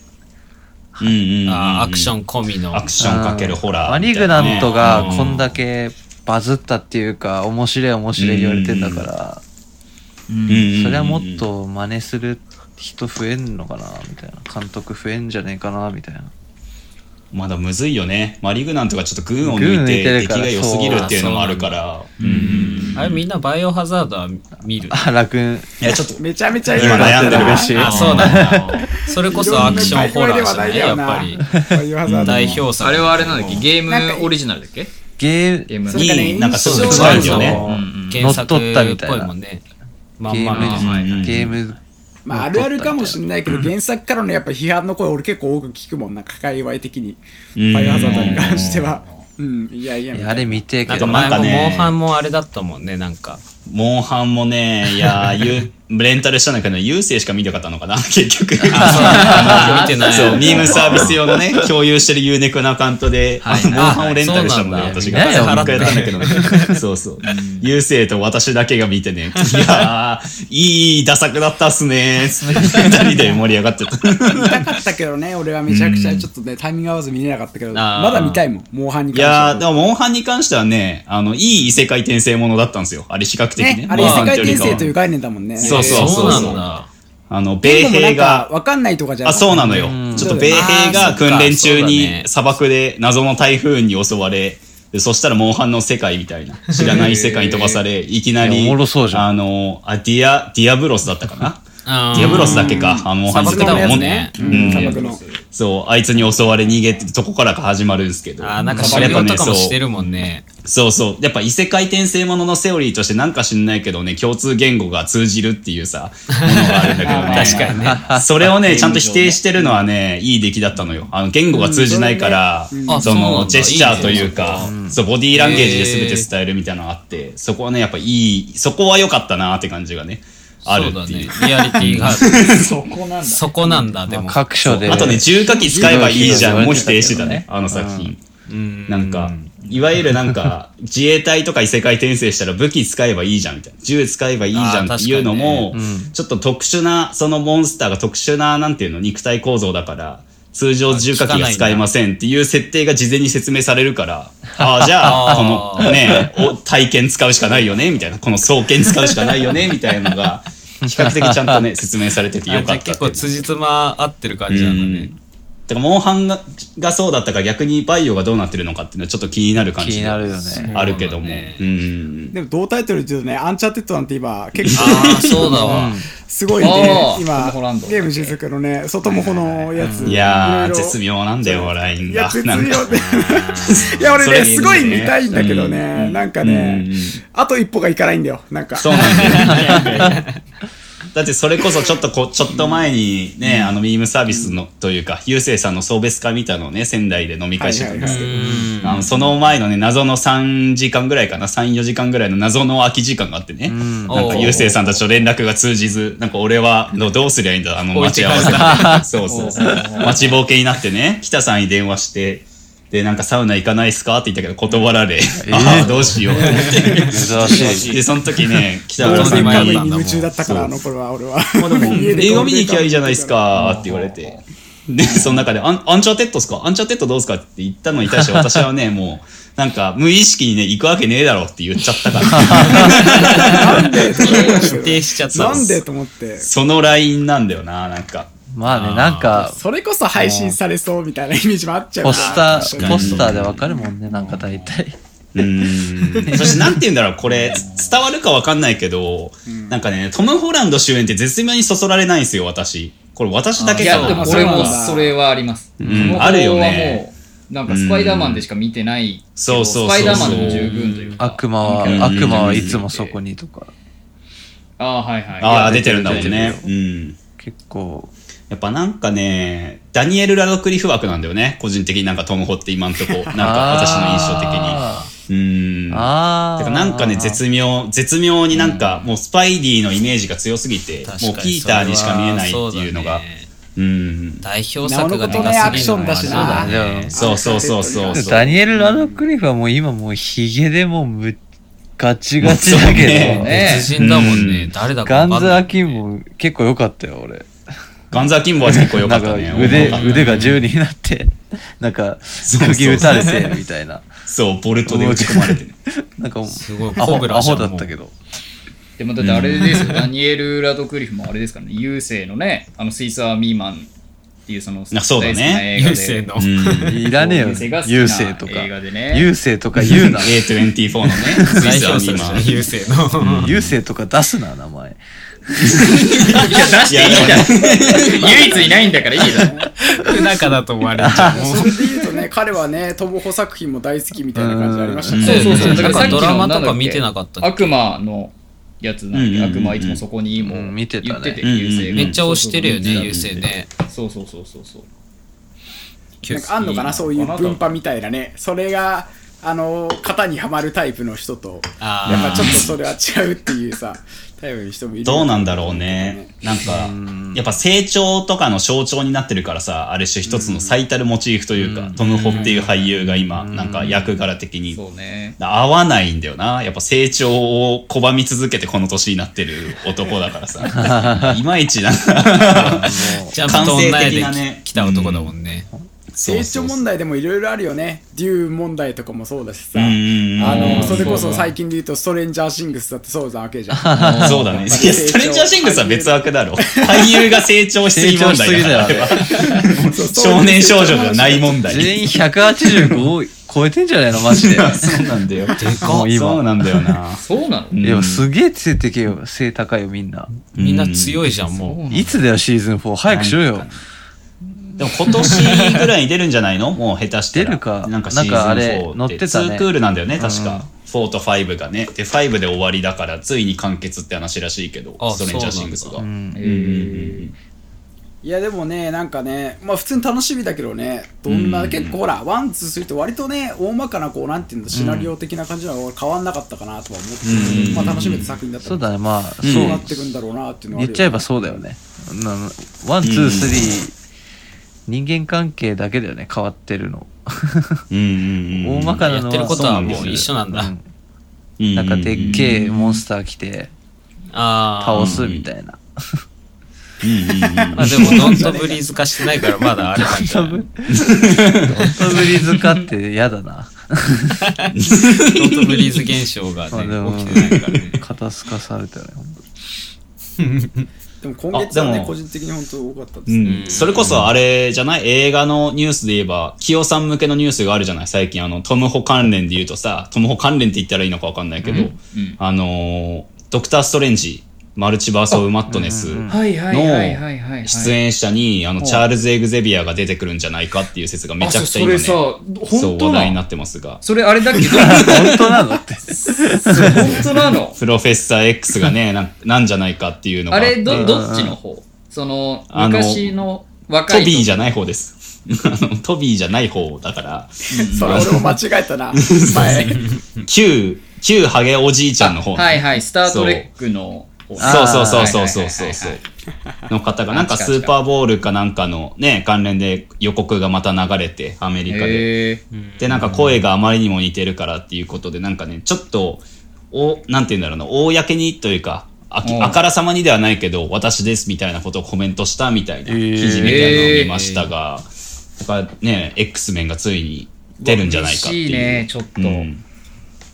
S4: そううんうんうん
S5: あアクション込みの。
S4: アクションかけるホラー
S6: マ
S4: み
S6: リ
S4: た
S6: グ
S4: いな
S6: ナ
S4: ね。
S6: ントが
S5: うん
S6: こんだけバズったっていうか、面白い面白い言われてんだから、それはもっと真似する人増えんのかな、みたいな。監督増えんじゃねえかな、みたいな。
S4: まだむずいよね。マリグナントがちょっと群を抜いて
S6: 群抜いてる
S4: 敵
S6: から
S4: が良すぎるっていうのもあるから。うん
S5: あれみんなバイオハザードは見る。
S6: あ、楽園。
S4: いや、ちょっと
S3: めちゃめちゃいい
S4: 今悩んでる
S3: な
S4: ら
S3: っ
S4: しい。
S5: あ、そうなんだ。それこそアクションホラーじゃないやっぱり。代表作。
S7: あれはあれなんだっけゲー
S3: なんか
S7: ムオリジナルだっけ
S6: ゲー
S7: ゲーム
S3: それ
S4: に、なんかすぐ
S3: 印
S4: 近
S3: 象
S4: いんだよね。
S7: うんうん
S5: 原作っぽいもんね。まん
S6: ゲ
S5: ま
S6: ー
S5: みたいな。
S4: はいは
S6: ム
S4: い
S6: に、ゲーム、
S3: まあ、あるあるかもしれないけど、原作からのやっぱ批判の声、俺結構多く聞くもんな、界隈的に。
S4: うん
S3: バイオハザードに関しては。うん、いやいや、みたいな
S6: あれ見てえ
S5: な
S6: け
S5: んか
S6: ど、
S5: 前
S4: なんか
S5: も
S4: ね
S5: モンハンもあれだったもんね、なんか。
S4: モンハンもね、いやー、ゆレンタルしたんだけど、郵政しか見なかったのかな、結局。
S7: [LAUGHS]
S5: あそうなんだ見てない
S4: そう、 [LAUGHS] ミームサービス用のね、共有してる u ネクのアカウントで、あのモンハンをレンタルしたの
S5: あ
S4: で、
S5: はい
S4: 私
S6: そ
S4: が。
S6: うなんだ
S4: 払ったんだけどね。そうそう。郵政と私だけが見てね、いやー、いいダサくだったっすねー。二人で盛り上がってた。
S3: 見たかったけどね、俺はめちゃくちゃ、ちょっとね、タイミング合わず見れなかったけど、
S5: あー
S3: まだ見たいもん、モンハンに
S4: い
S3: 関しては
S4: やー、でも、モンハンに関してはね、あの、いい異世界転生ものだったんですよ。あれ、比較的ね。。
S3: ね、あれ、異世界転生というう概念だもんね。
S4: そうそうそうそう
S5: なんだ。
S4: あの、
S3: で
S4: 米
S3: もなん
S4: 兵
S3: か
S4: が、
S3: わかんないとかじゃ
S4: あ、そうなの
S3: よ。
S4: よ
S6: うん。
S4: ちょっと米兵が訓練中に砂漠で謎の台風に襲われ、でそしたらモンハンの世界みたいな、知らない世界に飛ばされ、いきないり、
S6: やおもろそうじゃん
S4: あの、あ、ディア、ディアブロスだったかな
S5: あー
S4: ディアブロスだっけか、あモンハンに出て
S5: 砂
S4: た
S5: 漠だもん
S3: ね
S4: う
S3: うん
S4: ん
S3: 砂漠の
S4: そう、あいつに襲われ逃げてとこからが始まるんですけど。
S5: あーなんか
S4: や
S5: 修
S4: っぱ
S5: 行
S4: ね
S5: とかもして
S4: そう
S5: るもんね。
S4: そうそう。やっぱ異世界転生もののセオリーとしてなんか知んないけどね、共通言語が通じるっていうさ、ものがあるんだけどね。
S5: [LAUGHS] 確かにね。
S4: それをね、ちゃんと否定してるのはね、いい出来だったのよ。あの、言語が通じないから、
S5: ん
S4: そ
S5: あそうなん
S4: の、
S5: だ
S4: ジェスチャーというか、そう、ボディーランゲージで全て伝えるみたいなのがあって、そこはね、やっぱいい、そこは良かったなって感じがね、ある
S5: そうだ
S4: ってい
S5: ね
S4: う。。
S5: リアリティ
S4: [LAUGHS]
S5: がある。
S3: そこなんだ。
S5: そこなんだ、でも。
S6: 各所で。
S4: あとね、重火器使えばいいじゃん、もう否定してたね
S6: う、
S4: あの作品。なんか、いわゆるなん
S5: [LAUGHS]
S4: か、自衛隊とか異世界転生したら武器使えばいいじゃんみたいな。銃使えばいいじゃんっていうのも、ちょっと特殊な、そのモンスターが特殊な、なんていうの、肉体構造だから、通常重火器が使えませんっていう設定が事前に説明される
S5: [LAUGHS]
S4: から、ああ、じゃあ、こ
S5: あー
S4: のね、お体験使うしかないよね、みたいな。この双剣使うしかないよね、みたいなのが、比較的ちゃんとね、説明されててよか
S5: あ
S4: った
S5: じゃあ
S4: っていう
S5: 結構辻褄合ってる感じなんだね。
S4: だからモンハンががそうだったから逆にバイオがどうなってるのかっていうのはちょっと気になる感
S6: 気
S4: じ
S6: になるよ
S4: で
S6: ね。
S4: あるけども、うん
S3: でも、同タイトルで言うとね、アンチャーテッドなんて今、結構、
S5: ああ、そうだわ。
S3: すごいね
S7: あ、ー
S3: 今
S7: トムホラン、ド
S3: ゲーム制作のね、外もこのやつ。
S4: いや
S3: いろ
S4: ー
S3: いろ
S4: 絶妙なんだよライン
S3: いや、
S4: が
S3: 絶
S4: なんか
S3: 妙で。いや、俺
S4: そ
S3: ね、
S4: れいいね
S3: すごい見たいんだけどね、なんかね
S4: うん、
S3: あと一歩がいかないんだよ、なんか。
S4: そうなんだよだってそれこそちょっとこちょっと前にね、あのミームサービスのというかゆうせいさんの送別会みたいのをね仙台で飲み会してたんですけど、
S3: は
S4: あのその前のね謎の3時間ぐらいかな34時間ぐらいの謎の空き時間があってね、なんか
S5: おう
S4: ゆうせいさんたちと連絡が通じずなんか俺はのどうすりゃいいんだあの
S5: 置い
S4: 待
S5: て
S4: ち合
S5: かれ
S4: わ
S5: た
S4: せで
S5: [LAUGHS]
S4: そうそうそう待ちぼうけになってね北さんに電話してでなんかサウナ行かないっすかって言ったけど断られ、ああどうしようって思って
S6: 珍
S4: [LAUGHS]
S6: しい。
S4: でその時ね北
S3: ゴー
S4: さ
S3: ル
S4: ん
S3: デン [LAUGHS] カムイ
S5: 迷ったん
S3: に
S5: だもん
S3: 夢中だったから、あの頃は俺は。
S4: まあでも
S3: [LAUGHS] 家で
S4: 映画見に行きゃいいじゃないですかって言われて。で、その中で、アンアンチャーテッドっすかアンチャーテッドどうっすかって言ったのに対して私
S5: [LAUGHS]
S4: はね、もう、なんか、無意識にね、行くわけねえだろって言っちゃったから、
S3: なんで
S5: 否定しちゃった。
S3: なんでと思って。
S4: そのラインなんだよな、なんか。
S6: まあね、なんか、
S3: それこそ配信されそうみたいなイメージもあっちゃうな
S6: ポスタ
S3: 確
S6: ー、
S3: かに
S6: ポスターでわかるもんね、なんか大体。
S4: うーん。そして、なんて言うんだろう、これ、伝わるかわかんないけど、なんかね、トム・ホランド主演って絶妙にそそられないんですよ、私。これ、私だけ
S7: い
S4: か
S7: や
S4: な。
S7: で
S3: あ
S7: も
S3: そう
S7: 俺
S3: なんだ
S7: もそれはあります、こ
S4: ん
S7: の
S4: あるよね
S7: 子はもうなんかスパイダーマンでしか見てないけど
S4: そうそうそうそう
S7: スパイダーマンでも十分というか
S6: 悪魔は、
S4: うん
S6: 悪魔はいつもそこにとか。
S7: ああはいはい
S4: ああ、
S7: いや
S4: 出てるんだもんね。うん。
S6: 結構、
S4: やっぱなんかね、ダニエル・ラドクリフ枠なんだよね。個人的になんかトム・ホって今んとこ、なんか私の印象的
S6: あ
S4: に。うん。
S6: あ
S4: て
S6: あ。
S4: かなんかね、絶妙、絶妙になんか、もうスパイディのイメージが強すぎて、
S5: 確か
S4: も
S5: に
S4: うピーターにしか見えないっていうのが。
S5: そだね
S4: うん。
S5: 代表作がでかすぎるの
S3: なおの
S5: もある
S3: ことねアクションだしな
S5: そうだね
S4: そうそうそうそうそう。
S6: ダニエル・ラドクリフはもう今もうヒゲでもうむガチガチだけど
S4: そう
S6: ね
S5: 別。人だもんね、
S4: うん
S5: 誰だか
S6: ガ
S5: わ
S6: ン
S5: かん
S6: ズ・
S5: な
S6: ア
S5: い
S6: キンも結構良かったよ、俺。
S4: ガンザーキンボは結構良か
S6: な
S4: っ
S6: ん
S4: たね。
S6: か腕
S4: 重かった
S6: 腕が銃になって、 [LAUGHS] なんか
S4: うそう
S6: 釘打たれてみたいな。
S4: そう、ボルトで打ち込まれてね。
S6: なんか
S5: すごい
S6: アホ
S5: コブラ
S6: ア
S5: じゃ
S6: ホ
S5: ん
S6: だったけど。
S7: でもだってあれですよ、ダニエル・ラドクリフもあれですからね、優勢のね、あのスイス・アー・ミーマンっていうその、
S4: あそうだね
S7: 大好きな映画で
S5: 優勢の、
S4: うん。
S6: いらねえよ
S7: 優勢が好、きな
S6: 優勢とか
S7: 映画で。ね
S6: 優勢とか言う
S4: [LAUGHS]
S6: な。
S4: A24 のね、スイ
S5: 代
S4: スア
S5: 表
S4: ーミー
S5: 作じ
S4: マ
S5: ゃ
S4: ン
S5: ん。優勢の
S6: 優勢とか出すな、名前。
S7: いや、出 [LAUGHS] して [LAUGHS] いいじゃん。唯一いないんだからいいだろ。
S5: 不仲だと思われち [LAUGHS] ゃう
S3: それで言うとね、彼はね、トムホ作品も大好きみたいな感じありました
S4: うん
S3: ね。
S5: そうそうそう
S7: だからさっき
S5: なんかド
S7: の
S5: ラマとか
S7: なんだっけ
S5: 見てなかったっけ
S7: 悪魔のやつなん
S4: うんうん
S7: で、
S4: うんうん
S7: 悪魔はいつもそこにいいも
S6: うん
S7: ん。
S6: 見てたね
S7: 言ってて、
S4: うんうん
S7: 優勢が
S5: めっちゃ押してるよね、
S7: そう
S5: 優勢ね。
S7: そうそうそうそうそう。
S3: なんかあんのかな、そういう分派みたいなね。それが、あの、型にはまるタイプの人と、
S5: あー
S3: やっぱちょっとそれは違うっていうさ、タイプの人もいる。
S4: どうなんだろうね。。なんか、やっぱ成長とかの象徴になってるからさ、ある種一つの最たるモチーフというか、トム・ホっていう俳優が今、なんか役柄的に。
S7: そうね。
S4: 合わないんだよな。やっぱ成長を拒み続けてこの年になってる男だからさ。いまいちな。
S5: ジャンプと女
S4: 感
S5: 絵
S4: 性的な
S5: で
S4: ね
S5: き来た男だもんね。
S3: 成長問
S4: 題
S3: 題でもいろいろあるよね。デュー問題とかもそうだしさ。あ
S4: あ
S3: のそれこ
S7: そ
S3: そ
S7: うだ
S3: 最近で言うとストレンジャーシングスだってそうなわけじゃん。
S4: [LAUGHS]
S3: あ
S4: そうだね。いや、ストレンジャーシングスは別枠だろ。俳優が成長しす
S6: 成
S4: ぎ
S6: 長
S4: 問
S6: し
S4: 題
S6: すぎ
S4: だから
S6: だよ、あ
S4: あれ
S6: れ
S4: は。少年少女じゃない問 [LAUGHS] 題。
S6: 全員185を超えてんじゃないのマジで。
S4: そうなんだよ。で
S5: かっ
S4: そうなんだよな。
S7: そうなの
S4: うん
S6: いや、すげえ背高いよ、背高いよ、みんな。
S5: みんな強いじゃん、も
S6: いつだよ、シーズン4。早くしろよ。
S4: でも今年ぐらいに出るんじゃないのもう下手して。
S6: 出るか
S4: なんかシーズン
S6: なんかあれ
S4: 4
S6: 載ってたね
S4: 2クールなんだよね、確か。4と5がね。で、5で終わりだから、ついに完結って話らしいけど
S5: あ、
S4: ストレンジャーシングスが。う
S6: う
S4: ん
S6: ん。
S4: うんうん
S3: いやでもねなんかねまあ普通に楽しみだけどねどんな、
S4: うん
S3: 結構ほらワンツースリーと割とね大まかなこうなんていうのシナリオ的な感じは変わんなかったかなとは思ってて、
S4: うん
S3: まあ楽しめた作品だった
S6: そうだね、まあ、そ
S3: そう
S6: う
S3: な。ってくんだろうなっていうのはあるよ
S6: 言っ
S3: ね
S6: ちゃえばそうだよね。なワン、ツー、スリー、人間関係だけだよね、変わってるの。
S4: うんうんうん。
S6: 大ま
S5: う。
S6: かな
S5: や
S6: のは。
S5: ってることはもう一緒なんだ。
S6: うん
S4: うう
S6: なんかでっけえモンスター来て
S5: あ
S6: 倒
S5: あ。
S6: すみたい
S4: う
S6: な。
S4: んうんうん
S5: まあでも、ドントブリーズ化してないから、まだあれなんじゃ
S6: ド
S5: な
S6: ン
S5: い
S6: トブリ塚って嫌だ
S5: [LAUGHS]
S6: な。
S5: ドントブリーズ現象が
S6: まあでも
S5: ね、起きてないからね。
S6: 肩透かされたよね。
S3: でも今月は
S4: あ
S3: ね
S4: でも
S3: 個人的に本当多かったで
S4: う
S3: す、ね
S4: んそれこそあれじゃない映画のニュースで言えば、キヨさん向けのニュースがあるじゃない最近あの、トムホ関連で言うとさ、トムホ関連って言ったらいいのかわかんないけど、あのードクター・ストレンジ、マルチバース・オブ・マットネス
S7: はいはいはいはいはいはい。
S4: の出演者に、あの、チャールズ・エグゼビアが出てくるんじゃないかっていう説がめちゃくちゃ今ね、
S7: あそれさ、
S4: そ
S7: 本
S4: う
S7: 当
S4: 話題にな
S7: な
S4: ってますが。
S7: それあれだっけど、
S6: 本当なの [LAUGHS] って。
S7: 本当なの
S4: プロフェッサー X がね、なんなんじゃないかっていうのが
S7: あ
S4: あって。
S7: れど、どっちの方その、
S4: あの
S7: 昔の若
S4: ト
S7: い時。
S4: ビーじゃない方です。 [LAUGHS] あのトビーじゃない方だから、
S3: それ俺も間違えたな前
S4: 旧、旧ハゲおじいちゃんの方、
S7: はいはい、スター・トレックの方ね。
S4: そうそうそう
S7: あー
S4: そうそうそうそう。の方が、なんか
S7: あ違
S4: ス
S7: う違う
S4: ーパーボールかなんかのね、関連で予告がまた流れて、アメリカで。
S7: へえ。
S4: で、なんか声があまりにも似てるからっていうことで、なんかね、ちょっと、お、なんて言うんだろうな、公にというか、あき
S7: うん
S4: あからさまにではないけど、私ですみたいなことをコメントしたみたいな記事みたいなのを見ましたが、だからね、X メンがついに出るんじゃないかっていう。
S7: 嬉しいね、ちょっと。
S4: うん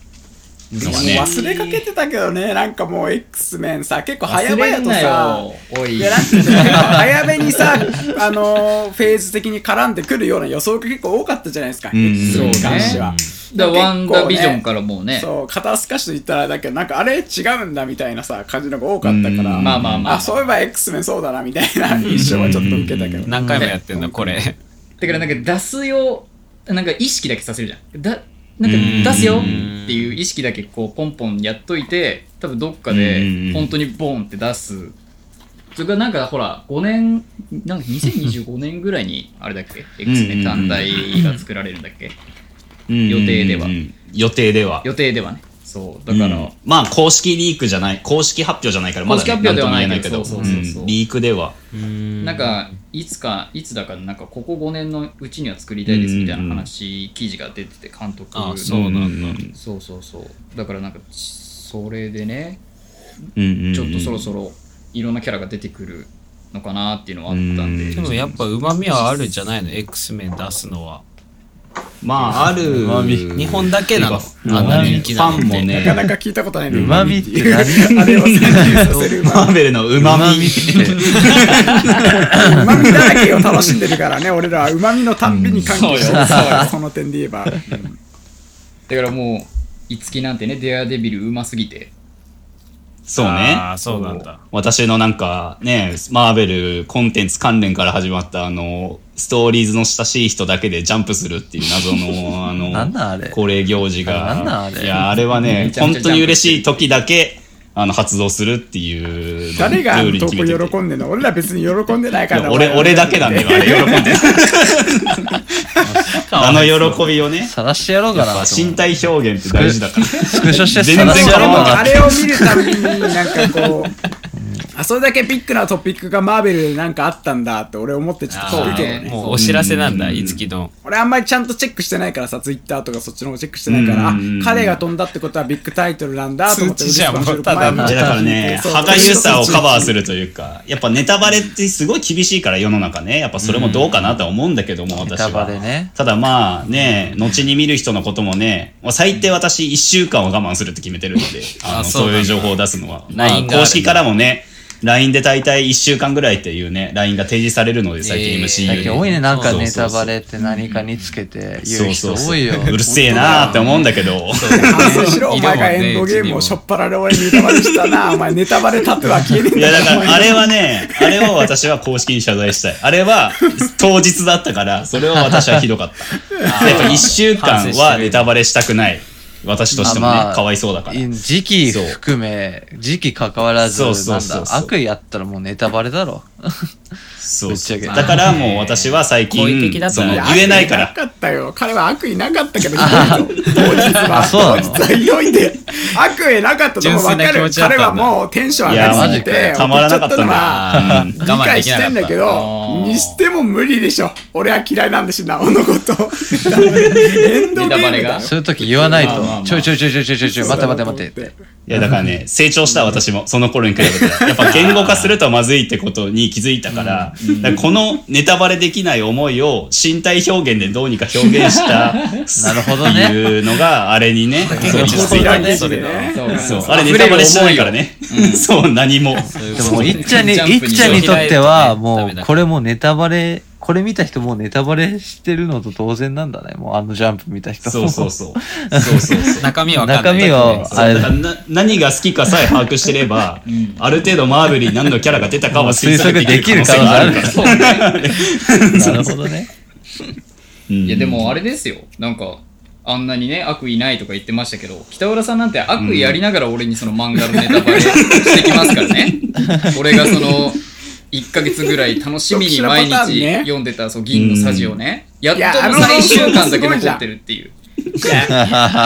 S3: いや
S4: のがね
S3: もう、忘れかけてたけどねなんかもう X メンさ結構早
S7: 忘れ
S3: 々
S7: ん
S3: と
S7: な
S3: さ
S7: よ、おい。
S3: いやなんていうの早めにさ、あのーフェーズ的に絡んでくるような予想が結構多かったじゃないですか、
S4: うん
S3: X に関しては。
S7: だからワンダービジョン
S3: ら
S7: からもうね。
S3: そう、肩透かしと言ったらあれだけど、なんかあれ違うんだみたいなさ、感じのが多かったから、
S4: うん
S7: まあまあまあ
S3: そういえば X メンそうだなみたいな印象はちょっと受けたけど。
S5: 何回もやってんだ、これ。
S7: だからなんか出すよなんか意識だけさせるじゃんだなんか出すよっていう意識だけこうポンポンやっといて多分どっか
S4: うんうんう
S7: で
S4: ん
S7: 本当にボンって出すそれからなんかほら5年なんか2025年ぐらいにあれだっけ X メン単体が作られるんだっけ
S4: 予
S7: 定では
S4: 予定では
S7: 予定ではねそうだから、
S4: うんまあ公式リークじゃない公式発表じゃないからまだ、ね、
S7: 公式発表ではない
S4: んと
S7: けど
S4: も言え
S7: そうそう
S4: ないけ
S7: そうそう
S4: どうんリークでは
S7: なんかいつかいつだかなんかここ5年のうちには作りたいですみたいな話、記事が出てて監督の
S5: あそうなんだ
S4: うん
S7: そうそうそうだからなんかそれでね
S4: うんうん
S7: ちょっとそろそろいろんなキャラが出てくるのかなっていうのはあったんで、
S4: うん
S5: でもやっぱうまみはあるんじゃないの X メン出すのは
S4: まあある
S5: 日本だけなの
S4: ていうか
S5: あんな人気なの
S4: ファンもね
S3: なかなか聞いたことないね。
S6: うまみって何
S3: あれを再現させるう
S4: [LAUGHS] マーベルのうまみ
S3: まみだらけを楽しんでるからね、俺らはうまみのたんびに感激してるから、その点で言えば。うん
S7: だからもういつきなんてねデアデビルうますぎて
S4: そう
S5: あ
S4: ね
S5: あそうなんだ
S4: 私のなんかねマーベルコンテンツ関連から始まったあのストーリーズの親しい人だけでジャンプするっていう謎のあの
S6: なんなんあれ
S4: 恒例行事が
S6: なんなんあれ
S4: いやあれは
S7: め
S4: ね
S7: ちゃめ
S4: 本
S7: ちゃ
S4: 当に嬉しい時だけあの発動するっていう
S3: 誰が
S4: ルールに
S3: 投
S4: 決めてて
S3: 稿喜んでんの俺ら別に喜んでないから
S4: いや俺俺だけなんだよあれ喜んでるあの喜びをね
S6: 晒してやろうか
S4: や
S6: な
S4: っ
S6: と思
S4: ぱ
S6: う
S4: 身体表現って大事だから
S6: スクショして
S4: 全然
S6: 晒してや
S3: で
S6: ろう
S3: も
S6: かな
S3: あれを見るたびになんかこうあそれだけビッグなトピックがマーベルでなんかあったんだって俺思ってちょっと
S5: あ
S3: 聞くけど
S5: ー
S3: ね
S5: もうお知らせなんだいつきの
S3: 俺あんまりちゃんとチェックしてないからさツイッターとかそっちの方チェックしてないからあ
S4: うん
S3: 彼が飛んだってことはビッグタイトルなんだと思って
S5: 通知じゃん
S3: 嬉しく面白く
S5: もうただの
S3: 前
S4: い
S3: に
S4: やだからね、
S3: そう
S4: 歯がゆさをカバーするというか、やっぱネタバレってすごい厳しいから世の中ね、やっぱそれもどうかなとは思うんだけども、私は。
S6: ネタバレね
S4: ただまあね、後に見る人のこともね、まあ最低私1週間を我慢するって決めてるので、あの
S5: あ
S4: そう
S5: そうなんだ
S4: いう情報を出すのは。まあ
S5: LINE があるんだ
S4: 公式からもね、LINE で大体1週間ぐらいっていうね、LINE が提示されるので、最近
S5: えー
S4: MCU
S6: だ
S4: に
S6: けど多いね、なん
S4: そ
S6: か
S4: うそう
S6: ネ
S4: そう
S6: タバレって何かにつけて
S4: そ
S6: 言う
S4: う
S6: 人
S4: そうそう
S6: 多いよ。
S4: うるせえなーって思うんだけど。
S3: 反省しろ、お前が
S5: いるもんね
S3: エンドゲームをしょっぱられ俺にネタバレしたな、お前ネタバレたっては消えねえん
S4: い
S3: だ
S4: やだからあれはね、あれは私は公式に謝罪したい。あれは当日だったから、それは私はひどかっ
S5: [LAUGHS]
S4: た。やっぱ1週間はネタバレしたくない。私としてもね、
S6: まあ
S4: かわいそうだから。
S6: 時期含め、時期関わらず、
S4: そ
S6: な
S4: うそうんそう
S6: だ
S4: そう、
S6: 悪意あったらもうネタバレだろ。
S4: そうそう
S6: ぶっちゃけ
S4: だからもう私は最近、
S5: 好意的だった
S4: その
S5: ね
S4: 言えないか
S3: 悪
S4: ら
S3: 意。なかったよ。彼は悪意なかったけど、ひどいぞ当日は。
S6: あそうなの
S3: 当日はひどいんで。悪意なかったとも分か
S5: 純粋な気
S3: る
S5: 持。ちだった
S3: 彼
S5: んだ
S3: はもうテンション
S4: い
S3: 上
S4: や、
S3: が
S4: マ
S3: りす
S4: ジ
S3: ぎて
S4: で、。たまらなかったんだ。うん
S3: 理
S5: 我慢で
S3: 解
S5: き
S3: し
S5: な
S3: て
S5: か
S3: ん
S5: っ
S3: だけ
S5: た
S3: ど、にしても無理でしょ。俺は嫌いなんだしな、おのこと。エンドゲ
S7: ネタバ
S3: ーム
S7: レが
S3: だ。
S6: そういう時言わない
S4: まあまあまあ
S6: と、ちょいちょいちょいちょいちょいちょいちょい、待って待って待ってって。
S4: いや、だからね、成長した私も、その頃に比べたら。やっぱ言語化するとまずいってことに気づいたから、だからこのネタバレできない思いを身体表現でどうにか表現
S5: [LAUGHS]
S4: した、
S6: なるほどね
S4: っていうのが、あれにね、そう
S5: 結
S4: 落
S5: 構
S4: ち
S5: そ
S4: 着
S5: う
S4: いた
S5: だ
S4: ん
S5: ね
S4: です
S5: それ
S3: ね
S7: そう
S4: そう、あれネタバレしてないからね。 [LAUGHS] そう、何も。
S6: でも、いっちゃんに、
S7: ジャンプに
S6: いっちゃんにとっては、
S5: ダ
S6: も
S5: メ
S6: う
S5: だ、
S6: これもうネタバレ、これ見た人もうネタバレしてるのと当然なんだね。もうあのジャンプ見た人も。
S4: そうそうそう。そうそうそう。
S5: 中身は分かんな
S6: 中
S5: い
S6: 身は、あ
S4: だ
S6: れ
S4: からな何が好きかさえ把握してれば、ある程度マーベルに何のキャラが出たかは推
S6: 推
S4: 測
S6: 測
S4: で
S6: で
S4: き
S6: き
S4: る
S6: る
S4: 可
S6: 可
S4: 能
S6: 能
S4: 性
S6: 性
S4: があ
S6: あ
S4: るか
S6: るからら。
S4: [LAUGHS]
S7: そうね
S6: なるほどね。
S4: い
S7: いやでもあれですよなんかあんなにね悪意ないとか言ってましたけど北浦さんなんて悪意ありながら俺にその漫画のネタバレしてきますか
S3: [LAUGHS]
S7: らね俺がその1ヶ月ぐらい楽しみに毎
S3: 特殊なパターン
S7: 日
S3: ね
S7: 読んでたそう銀のさじをねやっ
S3: いや
S7: と
S3: あ
S7: の
S3: の
S7: 最終巻だけ残ってるっていう
S3: な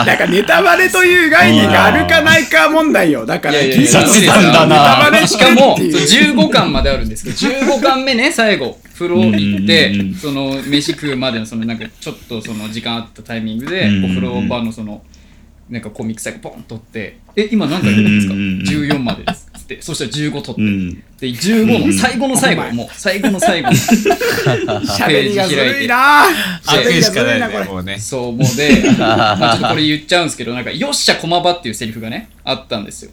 S3: んかネタバレという概念があるかないか問題よ。だから、
S7: いやいやい
S3: ネ
S7: や
S3: タ
S4: 雑談だ
S3: バ
S4: な
S3: レ
S7: し
S3: し
S7: か
S3: か
S7: も
S3: も
S7: そ、う15巻まであるんですけど15巻目ね最後風呂行っ
S4: うんうんう
S7: て
S4: ん
S7: その飯食うまでのそのなんかちょっとその時間あったタイミングで
S4: うんうん
S7: お
S4: うん
S7: 風呂場のそのなんかコミックサイポン取って「え今何回出るんですか
S4: うんうんうん
S7: ?14 までです」つってそしたら15取って、
S4: うん。
S7: で15の最後の最後もう最後の最後に
S3: 喋りがずるいな
S5: 悪
S3: 喋
S5: 意
S3: りが
S5: し
S3: ず
S5: か
S3: るい
S5: な
S3: な、
S5: い
S3: これ。
S5: ねもうね
S7: そうもうでまあちょっとこれ言っちゃうんですけどなんか「よっしゃ駒場」っていうセリフがねあったんですよ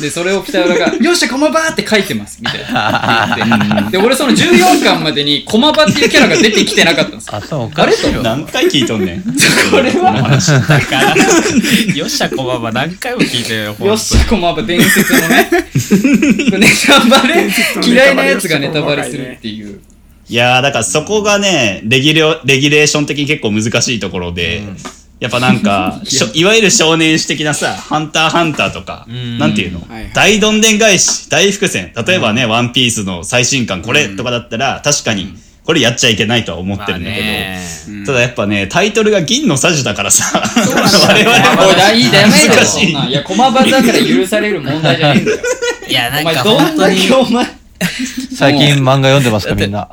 S7: でそれを北浦が「よっしゃ駒場!」って書いてますみたいなって言ってで俺その14巻までに駒場っていうキャラが出てきてなかったん
S6: [LAUGHS]
S7: ですよ
S6: 頭おかしいよ。
S4: 何回聞いとん [LAUGHS] ねん。
S7: これは
S5: だからよっしゃこばば何回も聞いてるよほん
S7: よっ
S5: と
S7: しゃ駒場伝説のねネタバレ嫌いなやつがネタバレするっていう
S4: いやーだからそこがねレギュレレギュレーション的に結構難しいところで、やっぱなんか、しょいわゆる少年誌的なさ、ハンターハンターとか、なんていうの、
S3: はいはい
S4: 大どんでん返し、大伏線。例えばね、ワンピースの最新刊これとかだったら、確かに、これやっちゃいけないとは思ってるんだけど、ただやっぱね、タイトルが銀のサジだからさ、我 [LAUGHS] 々
S7: おい、
S4: は、
S7: だいいダメだよ、
S4: 難
S7: そ
S4: し
S7: ん
S4: い
S7: なん。いや、駒場だから許される問題じゃねえんだよ。
S5: いや、な
S7: お
S5: んか
S7: 前、ど
S5: 本
S7: ん
S5: 当
S7: だ
S5: に
S7: けお前、
S6: [LAUGHS] 最近漫画読んでますか、みんな。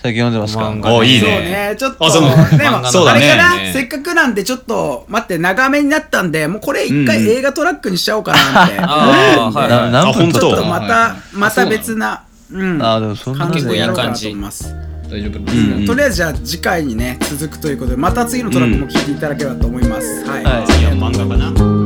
S6: 最近読んでますか
S5: 漫画
S4: おいい
S3: そう
S4: ね。
S3: ね、ちょっと、
S4: あそ
S3: で
S4: う
S3: も、
S5: 漫画の
S4: そう
S3: あ
S4: だ
S3: れ
S4: ね
S3: かな、せっかくなんで、ちょっと、待って、長めになったんで、もうこれ一回
S4: うん
S3: 映画トラックにしちゃおうかなって。
S5: ああ、はい
S6: な
S5: は
S6: 何分
S4: あ
S3: ちょ
S6: 撮っ
S3: ったと
S6: の
S3: ま
S7: はいは
S3: た
S7: い、
S3: また別な、うん。
S6: あーでもそんな
S3: 感じでやろうかな
S5: 結構
S3: と
S5: いい
S3: 思います。
S7: 大丈夫
S4: う
S3: うん
S4: ん
S3: とりあえずじゃあ次回にね続くということでまた次のトラックも聞いていただければと思います、はい、
S4: 次は漫画かな。